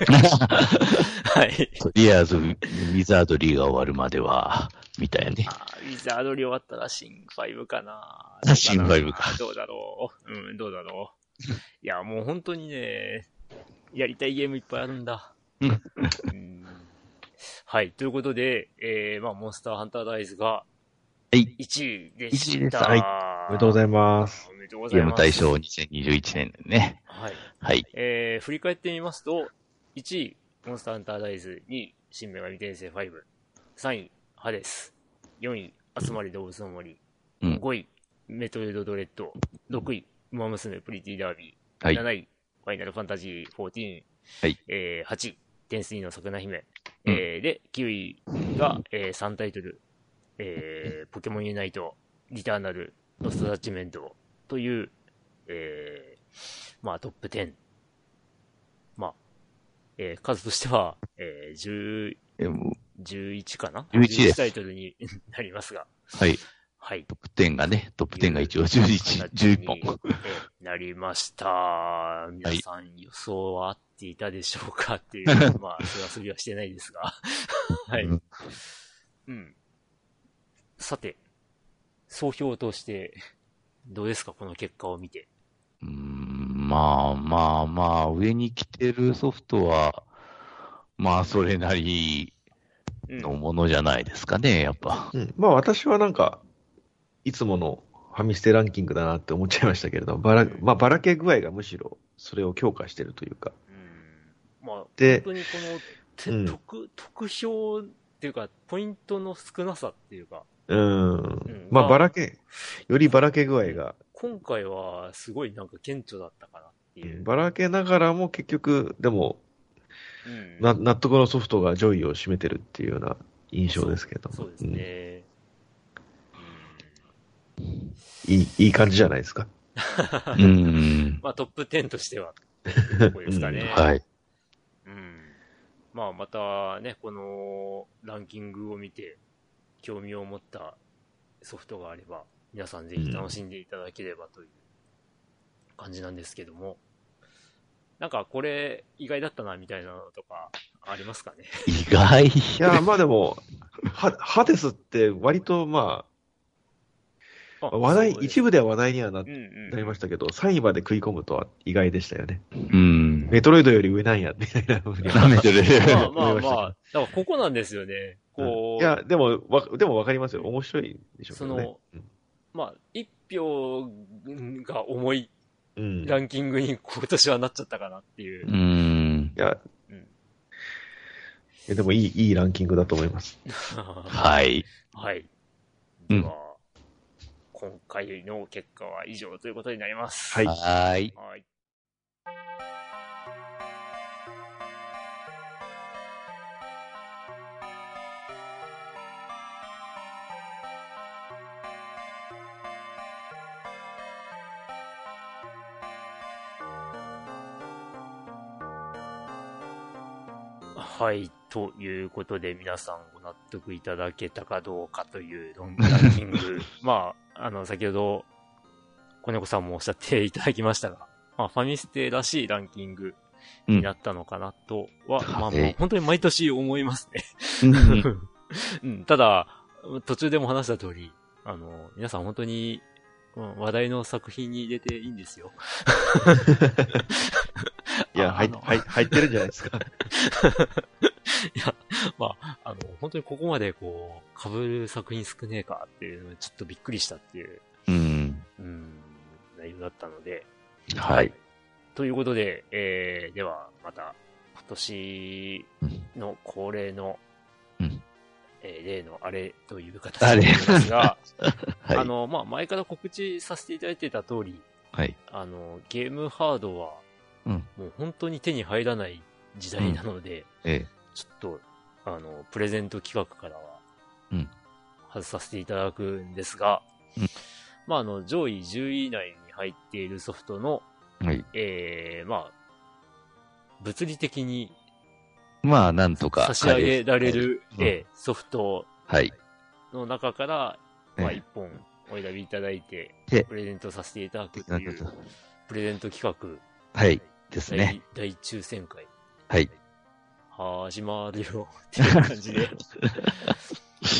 う。はい。
とりあえず、ウィザードリーが終わるまでは、みたいなね
あ。ーウィザードに終わったらシン5かな。
シン5か。
どうだろう。うん、どうだろう。いや、もう本当にね、やりたいゲームいっぱいあるんだ。
うん
うんはい。ということで、えー、まあ、モンスターハンターダイズが
はい。
1位でした。
1位でしたは
はい
おめでとうございます。
す。おめでとうござ
ゲ
い
ー
ま
ム
す。
大賞2021年でね。
はい。
はい。
えー、振り返ってみますと、1位、モンスターハンターダイズ、2位、新女神転生5、3位、ハデス、4位、集まり動物の森、
うん
5位、メトロイドドレッド、6位、ウマ娘プリティダービー、
はい。
7位、ファイナルファンタジー14、
はい
えー8位、天水の桜姫、
うん
えーで、9位が、えー3タイトル、えーポケモンユナイト、リターナル、ロストタッチメントという、えーまあトップ10。まあ、えー数としては、えー、
えも
10 11かな
11です
タイトルに なりますが、
うはい。
はい。
トップ10がね、トップ10が一応11、11本。
ええなりました。皆さん予想は合っていたでしょうかっていう、 まあ、それはそれはしてないですが。はい。
うん
うん。さて、総評として、どうですかこの結果を見て。
うーんまあまあまあ、上に来てるソフトは、まあそれなり
うん
のものじゃないですかね、やっぱ。
うん、まあ私はなんか、いつものファミステランキングだなって思っちゃいましたけれども、ばら、まあばらけ具合がむしろそれを強化してるというか。
うんまあ、本
で、
当にこのて、
うん
得、得票っていうか、ポイントの少なさっていうか、
うん、まあばらけ、よりばらけ具合が
今回はすごいなんか顕著だったかなっていう。
ばらけながらも結局、でも、
うん
な納得のソフトが上位を占めてるっていうような印象ですけど。
そうですね。
うんいい、いい感じじゃないですか。
う
う
ん
ん。
まあトップ10として は、どこですかね。。
はいい。
うん。まあまたね、このランキングを見て、興味を持ったソフトがあれば、皆さんぜひ楽しんでいただければという感じなんですけども。なんかこれ意外だったなみたいなのとかありますかね。
意外。
いや、まあで も、は、ハデスって割と
あ
まあ、話題、
そうです
一部では話題にはな
うんうん。
なりましたけど、3位まで食い込むとは意外でしたよね。
うん。
メトロイドより上なんや、みたいな。
舐めてる。
ま あまあ
思いまし
ま
た
あ、だからここなんですよね。 こう、
いや、でも、わ、でもわかりますよ。面白いでしょうけどね。
まあ、一票が重い
うん。
ランキングに今年はなっちゃったかなっていう
う。ん。
いや
うん、
えでもいい、いいランキングだと思います。
は
は
い。
い。う
で
ん
は、今回の結果は以上ということになります。
はい
はーい。
はい。はい。ということで、皆さんご納得いただけたかどうかというロングランキング。 まあ、あの、先ほど、小猫さんもおっしゃっていただきましたが、まあ、ファミステらしいランキングになったのかなとは、
うん
まあ、
はい
もう本当に毎年思いますね。
うん
うん、ただ、途中でも話した通り、あの、皆さん本当に、うん話題の作品に入れていいんですよ。
いや、
あ
入っ
あの
入っ入ってるんじゃないですか。
まあ、あの、本当にここまでこう、被る作品少ねえかっていうのにちょっとびっくりしたっていう、
うん。
うん、内容だったので、
はい。。
ということで、えー、では、また、今年の恒例の、
うん
ええー例のあれという形になりますが、
はい。
あの、まあ、前から告知させていただいてた通り、
はい。
あの、ゲームハードは、
うん
もう本当に手に入らない時代なので、
え
ちょっと、あの、プレゼント企画からは、
うん
外させていただくんですが、
うん
まあ、あの、上位10位以内に入っているソフトの、
え。はい。
えー、まあ、物理的に
まあ、なんとか。
差し上げられる、
うん
えーソフト
はい。
の中から、
ええ
まあ、1本お選びいただいて
ええ、
プレゼントさせていただくと
はい。
いう、プレゼント企画、
はい。です
大、
ね。
大抽選会、
はい。
始まるよ、っていう感じで。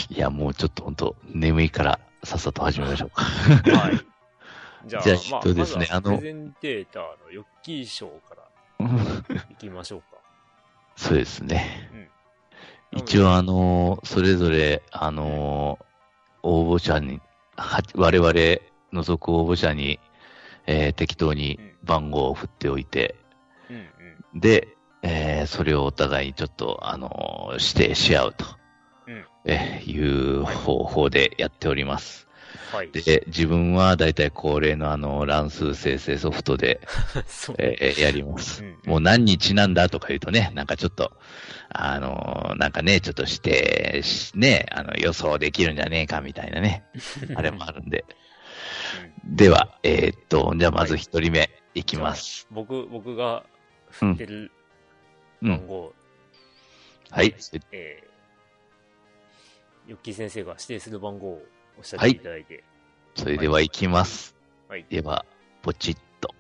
いや、もうちょっと本当眠いから、さっさと始めましょうか。
はい。じゃあ、
じゃあちょっとですね
まあまずは
あの
プレゼンテーターのヨッキー賞からいきましょうか。
そうですね。
うん
一応、あのーそれぞれ、あのー応募者に、は我々除く応募者に、えー適当に番号を振っておいて、
うんうん。
で、えーそれをお互いにちょっと、あのー指定し合うと、
うん
えーいう方法でやっております。
はい。
で、自分はだいたい恒例のあの、乱数生成ソフトで、
そう。
えーやります。
うん
もう何日なんだとか言うとね、なんかちょっと、あのーなんかね、ちょっとして、しね、あの、予想できるんじゃねえかみたいな ね、あれもあるんで。では、えーっと、じゃあまず一人目いきます。
僕、僕が振ってる
う
番
ん。
号、
はい。
えー、ヨッキー先生が指定する番号をおっしゃっていただいて、
それではいきます。
はい
では、ポチッと。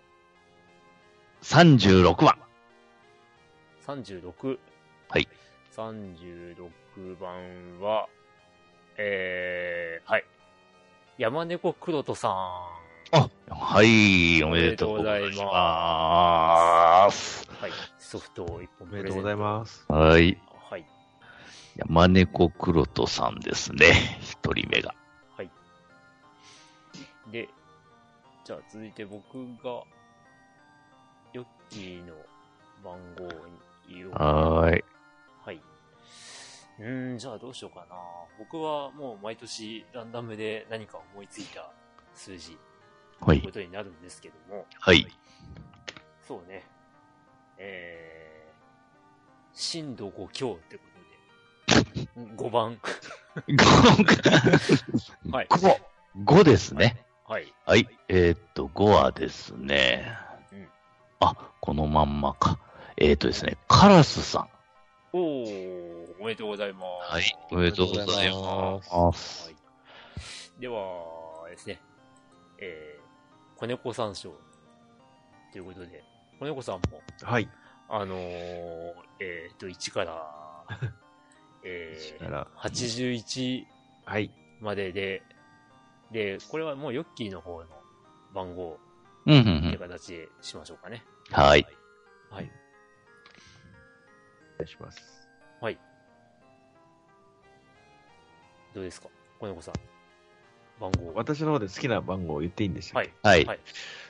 36番。
36。
はい。
36番は、えー、はい。山猫黒人さん。
あはい、おめでとうござい
おめでとうご
ます。
はい、ソフトを一本
おめでとうござい
す。
ます。
はい。
はい、
山猫黒人さんですね。一人目が。
はい。で、じゃあ続いて僕が、ヨッキーの番号に言おうかな
はーい。
はい。うーん、じゃあどうしようかな。僕はもう毎年ランダムで何か思いついた数字
は
という
い
こ。とになるんですけども、
はい。
そうね。えー、震度5強ってことで、5番。はい。
5、5ですね。
はい。
はい。えーっと、5はですね
うん。
あ、このまんまか。えーっとですね、カラスさん。
おー、おめでとうございます。
はい。おめでとうございます。
はい、では、ですね、えー、子猫さん賞ということで、子猫さんも、
はい。
あのー、えー、と、1から、 え
だ
ー、
から、
81
はい。
までで、で、これはもうヨッキーの方の番号
うん、うん、う。
っていうん形でしましょうかね。
はい。
はい。
お願いします。
どうですか子猫さん。番号。
私の方で好きな番号を言っていいんでしたっ
は
け
い。
はい
はい。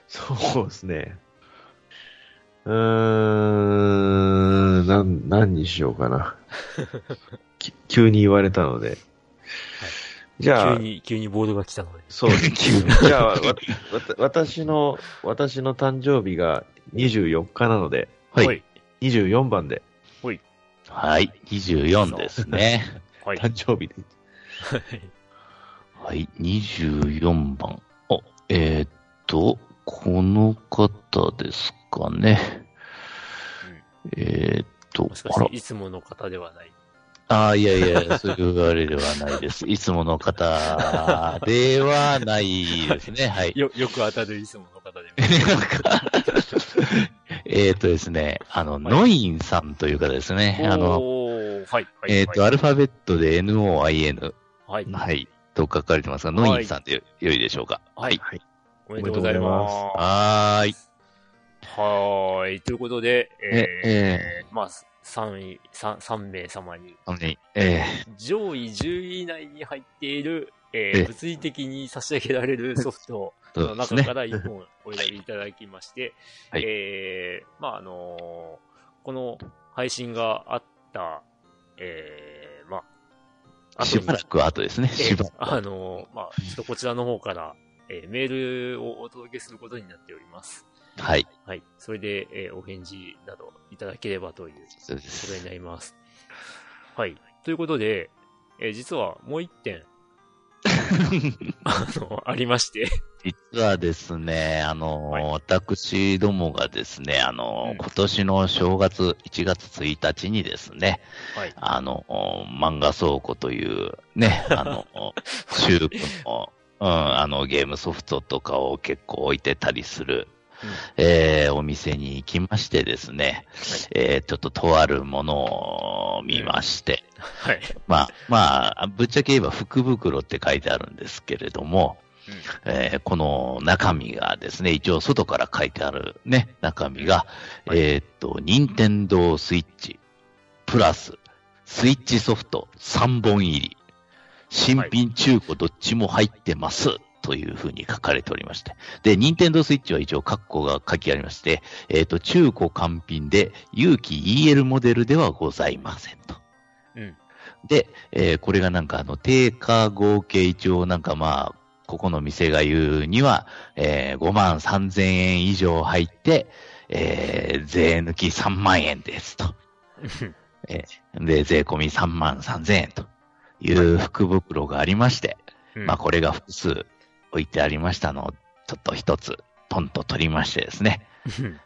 そうですね。うーん、なん、何にしようか な。き急に言われたので。じゃ
急
あ、
に、急にボードが来たので。
そう、 じゃあ、わわた私の、私の誕生日が24日なので、
はい
はい。
24番で、
はい。24ですね。
はい。
誕生日で。
はい。24番。あ、えーっと、この方ですかね。えーっと
もしか、
あ
し
ら
て、。いつもの方ではない。
ああ、いやいや、そういうあれではな いです。いつもの方ではないですね。 はい。
よ、よく当たるいつもの方でも。
えーっとですね、あの、ノインさんという方ですね。 あの、
おー、はい。はい
えーっと、
は
ア
い
ルファベットで NOIN、
はい。
はい、と書かれてますが、ノインさんでよよいでしょうか。
はい
はい。
おめでとうございま
はーい。
す。はーい。ということで、
え、
え
え
ー、まあ、3位、三三名様に、
ー、あのね、え
上位10位以内に入っている、え
え
ー
え
物理的に差し上げられるソフト
ー、 そ
の
うです
中
ね
か。ら1本お選びいただきまして、
はい
えー、まあ、あのーこの配信があった、えー、まあ、あと
しばらく後ですね。
えー
しばらく
あのー、まあ、ちょっとこちらの方から、えーメールをお届けすることになっております。
はい。
はい。それで、えーお返事などいただければというこ
そうです
とになります。はい。ということで、えー実はもう一点、 あの、ありまして、
実はですね、あの、
はい
私どもがですね、あの、
うん
今年の正月、1月1日にですね、
はい。
あの、漫画倉庫という ね、あの、中古の、うん、あの、ゲームソフトとかを結構置いてたりする、えーお店に行きましてですね、えーちょっととあるものを見まして、
はい。
まあ、まあ、ぶっちゃけ言えば福袋って書いてあるんですけれども、えーこの中身がですね、一応外から書いてあるね、中身が、
はい
えーっと、任天堂スイッチ、プラス、スイッチソフト3本入り、新品中古どっちも入ってます、というふうに書かれておりまして。で、任天堂スイッチは一応括弧が書きありまして、えーっと、中古完品で、有機 EL モデルではございませんと。
うん。
で、えーこれがなんかあの、定価合計一応なんかまあ、ここの店が言うには、え5万3000円以上入って、えー税抜き3万円ですと。
うん
で、税込み3万3000円という福袋がありまして、
うん
まあこれが複数置いてありましたのを、ちょっと一つ、トンと取りましてですね、
うん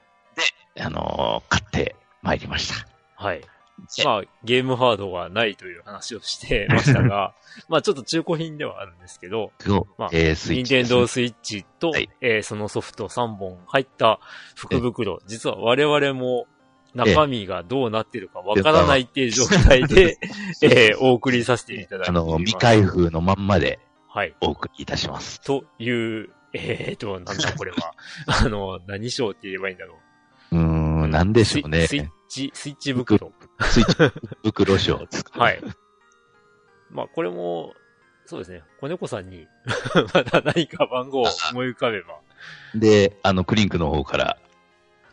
あのー買ってまいりました。
はい。
で
まあ、ゲームハードはないという話をして ましたが、まあちょっと中古品ではあるんですけど、
そう
まあ
えースイッ
任
チで
天
すね
堂スイッチと、
はい
えーそのソフト3本入った福袋、実は我々も中身がどうなってるかわからないっていう状態で、えーお送りさせていただいてい
あ
ます。
の、未開封のまんまで
はい。
お送りいたします。
という、えー、と、なんだこれは。 あの、何賞って言えばいいんだろ
うー
う。
ん、なんでしょうね。
スイスイ
ス
ッチ、スイッチ袋。
イッチ袋賞。
はい。まあ、これも、そうですね。子猫さんに、 また何か番号を思い浮かべば。
で、あの、クリンクの方から、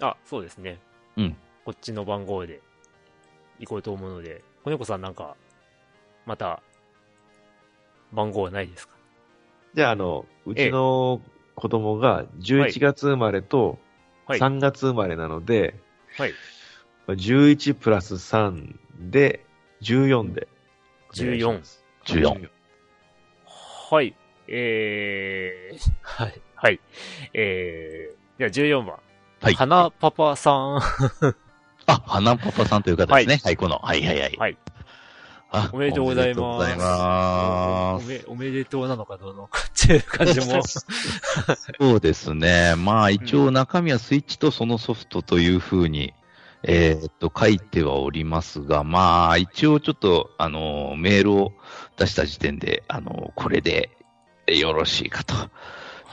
あ、そうですね。
うん。
こっちの番号で行こうと思うので、子猫さんなんか、また、番号はないですか
じゃあ、あの、うちの子供が11月生まれと
はい
3月生まれなので、
はい
まあ11プラス3で、14で。
14。
14。
はい。えー、はい。はい。えー、じゃあ14番。
はい
花パパさん。
あ、花パパさんという方ですね。はい、この。はいはいはい。
はい
あ
おめでとうございます
おめでとうございま
お
す。
め、おめでとうなのかどうなのかっていう感 じも。
そうですね。まあ、一応中身はスイッチとそのソフトというふうに、えーっと、書いてはおりますが、まあ、一応ちょっと、あの、メールを出した時点で、あの、これでよろしいかと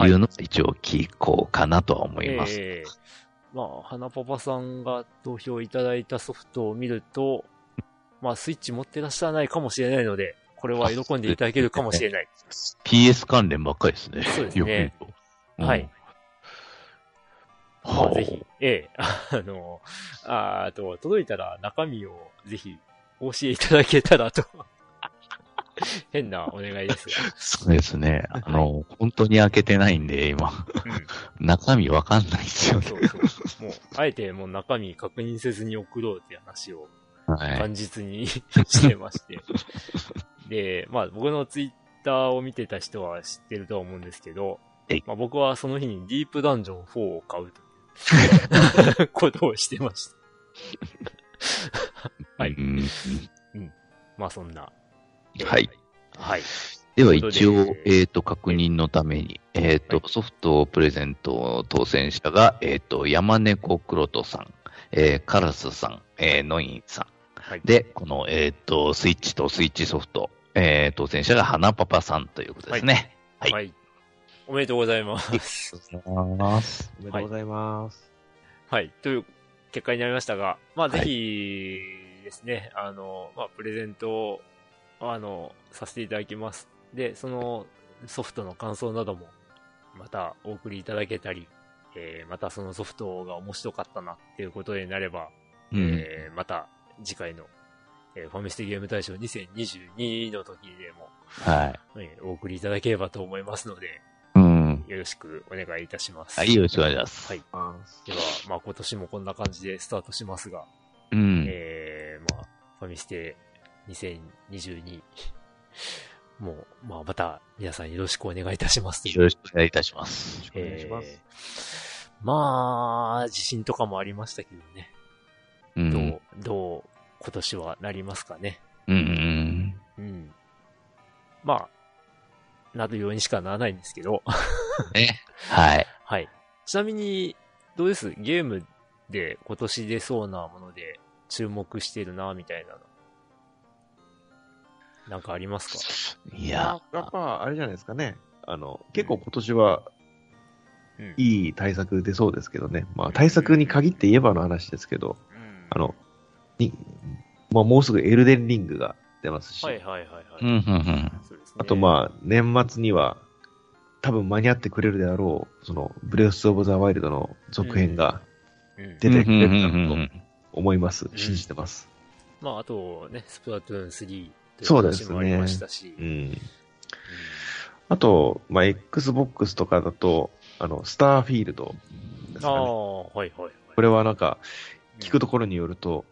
いうのを一応聞こうかなとは思います。
えーまあ、花パパさんが投票いただいたソフトを見ると、まあ、スイッチ持ってらっしゃらないかもしれないので、これは喜んでいただけるかもしれない。
PS 関連ばっかりですね。
そうですね
よく言うと。 うん
はい。ま
は
あ、
あ
ぜひ、ええ あの、あーあと、届いたら中身をぜひ、お教えいただけたらと。 変なお願いです
そうですね。あの、本当に開けてないんで、今。
が。うん
中身わかんないですよね。
そうそう。もう、あえてもう中身確認せずに送ろうっていう話を
はい。
感実に してまして。で、まあ僕のツイッターを見てた人は知ってるとは思うんですけど
えい、
まあ、僕はその日にディープダンジョン4を買うという ことをしてました。はい
うん
まあそんな。
はい。
はい。
では一応、
ということで
えっ、と、確認のために、えっ、と、ソフトをプレゼント当選者が、えっ、と、山猫黒人さん、えーカラスさん、えーノインさん。
はい。
で、この、えっ、と、スイッチとスイッチソフト、えー当選者が花パパさんということですね。はい
はい。おめでとうございます。
ありがとうございます。
おめでとうございます。
はい。という結果になりましたが、まあ、ぜひですね、あの、まあ、プレゼントを、あの、させていただきます。で、そのソフトの感想なども、またお送りいただけたり、えーまたそのソフトが面白かったなっていうことになれば、
うん
えーまた次回の、えーファミステゲーム大賞2022の時でも、
はい。
えーお送りいただければと思いますので、
うん。
よろしくお願いいたします。
はい、よろしくお願いします。
はいでは、まあ今年もこんな感じでスタートしますが、
うん。
えー、まあ、ファミステ2022、もう、まあまた皆さんよろしくお願いいたしますという
よろしくお願いいたします。
お願いします
す。まあ、地震とかもありましたけどね。
う
どう、
ん。
どう、今年はなりますかね。
うん。
うん。まあ、なるようにしかならないんですけど。
ね。はい。
はい。ちなみに、どうですゲームで今年出そうなもので注目してるな、みたいなの。なんかありますか
い
い
や、、
やっぱあれじゃないですかね。あの、結構今年は
うん。
いい対策出そうですけどね。まあ対策に限って言えばの話ですけど、
うん
あの、に、まあもうすぐエルデンリングが出ますし、
はいはいはいはい。
うん、うん、うん。
そうですね
あとまあ年末には多分間に合ってくれるであろう、そのブレス・オブ・ザ・ワイルドの続編が
うん
出てくれる
うんうんうんう
なんと思います。
ん
信じてます。
まあ、あとね、スプラトゥーン3という
そうで
話
すね
もありましたし。
うん。あと、まあ Xbox とかだと、あの、スターフィールドです
あ
かね。
あ、はいはいはい。
これはなんか、聞くと
こ、
ころによると、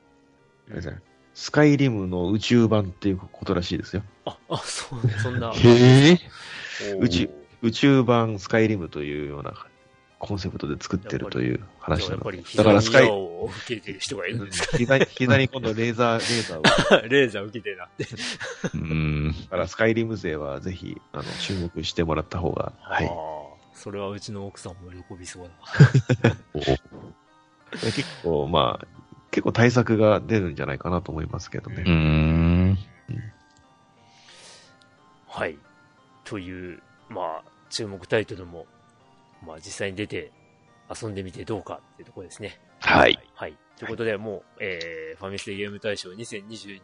う
あれ
ん
ですねスカイリムの宇宙版っていうことらしいですよ。
あ、あ、そう、そ んな。
へえ。
おー
うち宇宙版スカイリムというようなコンセプトで作ってるという
じゃ
話
あや
な
っぱ
の
り
で、
膝
だ
に
からスカ
矢
イ、
を受けてる人がいるんですか
膝に膝に今度レーザー、レーザーを、だ
レーザー受けてるなって。
うん。
からスカイリム勢はぜひ、あの、注目してもらった方が、は
あ
い。
ーそれはうちの奥さんも喜びそうだ。
結構、まあ、結構対策が出るんじゃないかなと思いますけど
う
ね。
ん。
はい。という、まあ、注目タイトルも、まあ、実際に出て遊んでみてどうかっていうところですね。
はい。。
はい。ということで、もう、えー、ファミステゲーム大賞2022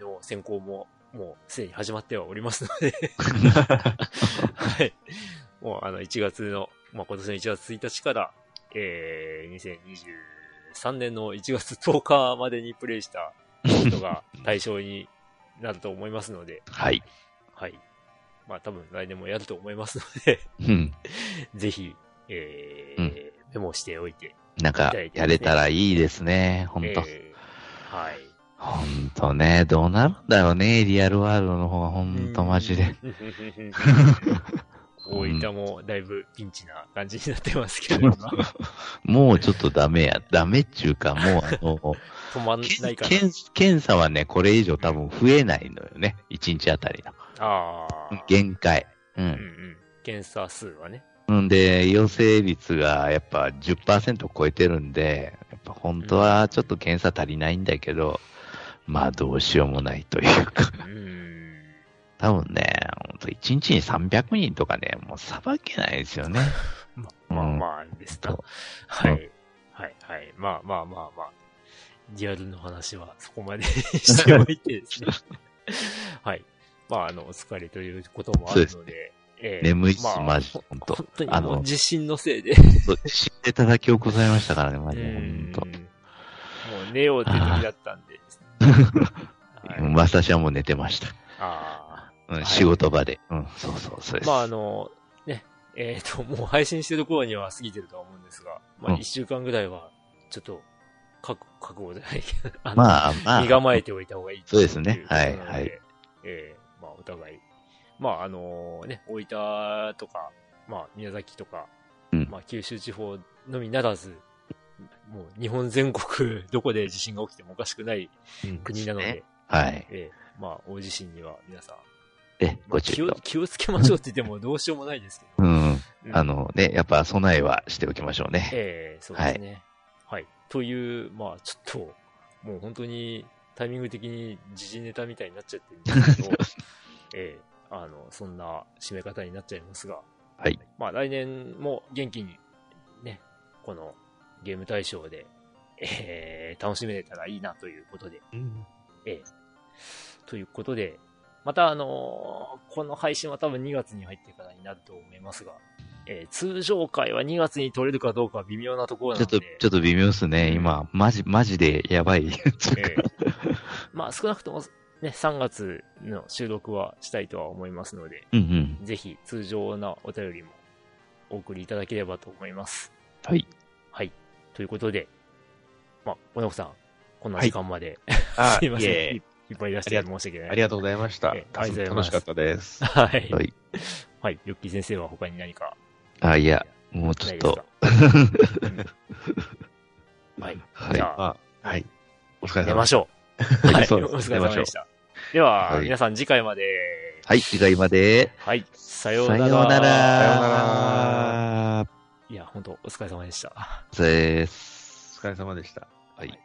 の選考も、もうすでに始まってはおりますので、 はい。もう、あの、1月の、まあ、今年の1月1日から、えー、2023年の1月10日までにプレイしたことが対象になると思いますので、
はい。
はい。まあ、多分来年もやると思いますので、
うん。
ぜひ、えー
うん
メモしておいて、
なんか、やれたらいいですね。ほんと。
えーはい。
ほんとね。どうなるんだろうね。リアルワールドの方はほんとマジで。
うん。 大分もだいぶピンチな感じになってますけど、今
もうちょっとダメや。ダメっちゅうか、もうあ の、
止まんないか
検検査はね、これ以上多分増えないのよね。1日あたりの。
ら。ああ。
限界。
う
う。
んうんん。検査数はね。
んで、陽性率がやっぱ10%超えてるんで、やっぱ本当はちょっと検査足りないんだけど、まあどうしようもないというか。
うーん。
多分ね、ほんと1日に300人とかね、もうさばけないですよね。
まあ
うん
まあ、ですな
そう。
はい。はいはい。まあまあまあまあ。リアルの話はそこまで しておいて ですね。はい。まあ、あの、お疲れということもある
そ
ので、えー
眠いっす、
まあ
マジ。ほんと
本。当に
あ
もう
の、
地震のせいで。
死んで叩き起こされましたからね、マジ
う
で。ほ
ん
んと。
もう寝ようって時だったんで。はい
私はもう寝 てました。
あ
う
はい
ん、仕事場で。うん、そうそう、そうで
ー
す。
まああの、ね、えっ、と、もう配信してる頃には過ぎてるとは思うんですが、まあ
うん
一週間ぐらいは、ちょっと、覚覚悟じゃないけど、 あの
まあ、まあ。
身構えておいた方がいい
そうですね
っていうことなので
はいはい。
えーまあお互い、まああのね、大分とか、まあ宮崎とか、
うん
まあ九州地方のみならず、もう日本全国 どこで地震が起きてもおかしくない
うん
国なので、
ですはい。
えーまあ大地震には皆さん、
え、
まあ
ご
気
注意
を
を。
気をつけましょうって言ってもどうしようもないですけど。
うん。
うん
あのね、やっぱ備えはしておきましょうね。
ええそうですね。はい、という、まあ、ちょっと、もう本当にタイミング的に時事ネタみたいになっちゃってるんですけ ど、ええあの、そんな締め方になっちゃいますが、
はい。
まあ、来年も元気に、ね、このゲーム大賞で、ええ楽しめれたらいいなということで、
うん
ええということで、またあのーこの配信は多分2月に入ってからになると思いますが、えー通常回は2月に撮れるかどうかは微妙なところな
ちょ
の
っ
で、
と、ちょっと微妙ですね。今、マジ、マジでやばい。
えまあ少なくともね、3月の収録はしたいとは思いますので、
うんうん。
ぜひ通常なお便りもお送りいただければと思います。
はい。
はい。ということで、まあ、おなこさん、こんな時間まで、
あ
すいません
いえいえ
い。いっぱい出して申し訳ない。
ありがとうございました
え。ありがとうござい
楽し
ます
かったです。
はい。
はい。
はい。ヨッキー先生は他に何か
あ、いや、もうち
な
ょっ
いです
と
か。はい。
はい
じ。ゃあ、
あ、はい。お疲れ様で
寝
す
ましょう。
はい
はい。
そう
お
です
疲れ様でした。で
は
は、
い
皆さん次回まで。
はい、次回まで。
はい。さ
さ
よ
よ
う
う
な
な
ら。
ら。
いや、本当お疲れ様でした。
です。
お疲れ様でした。
はい。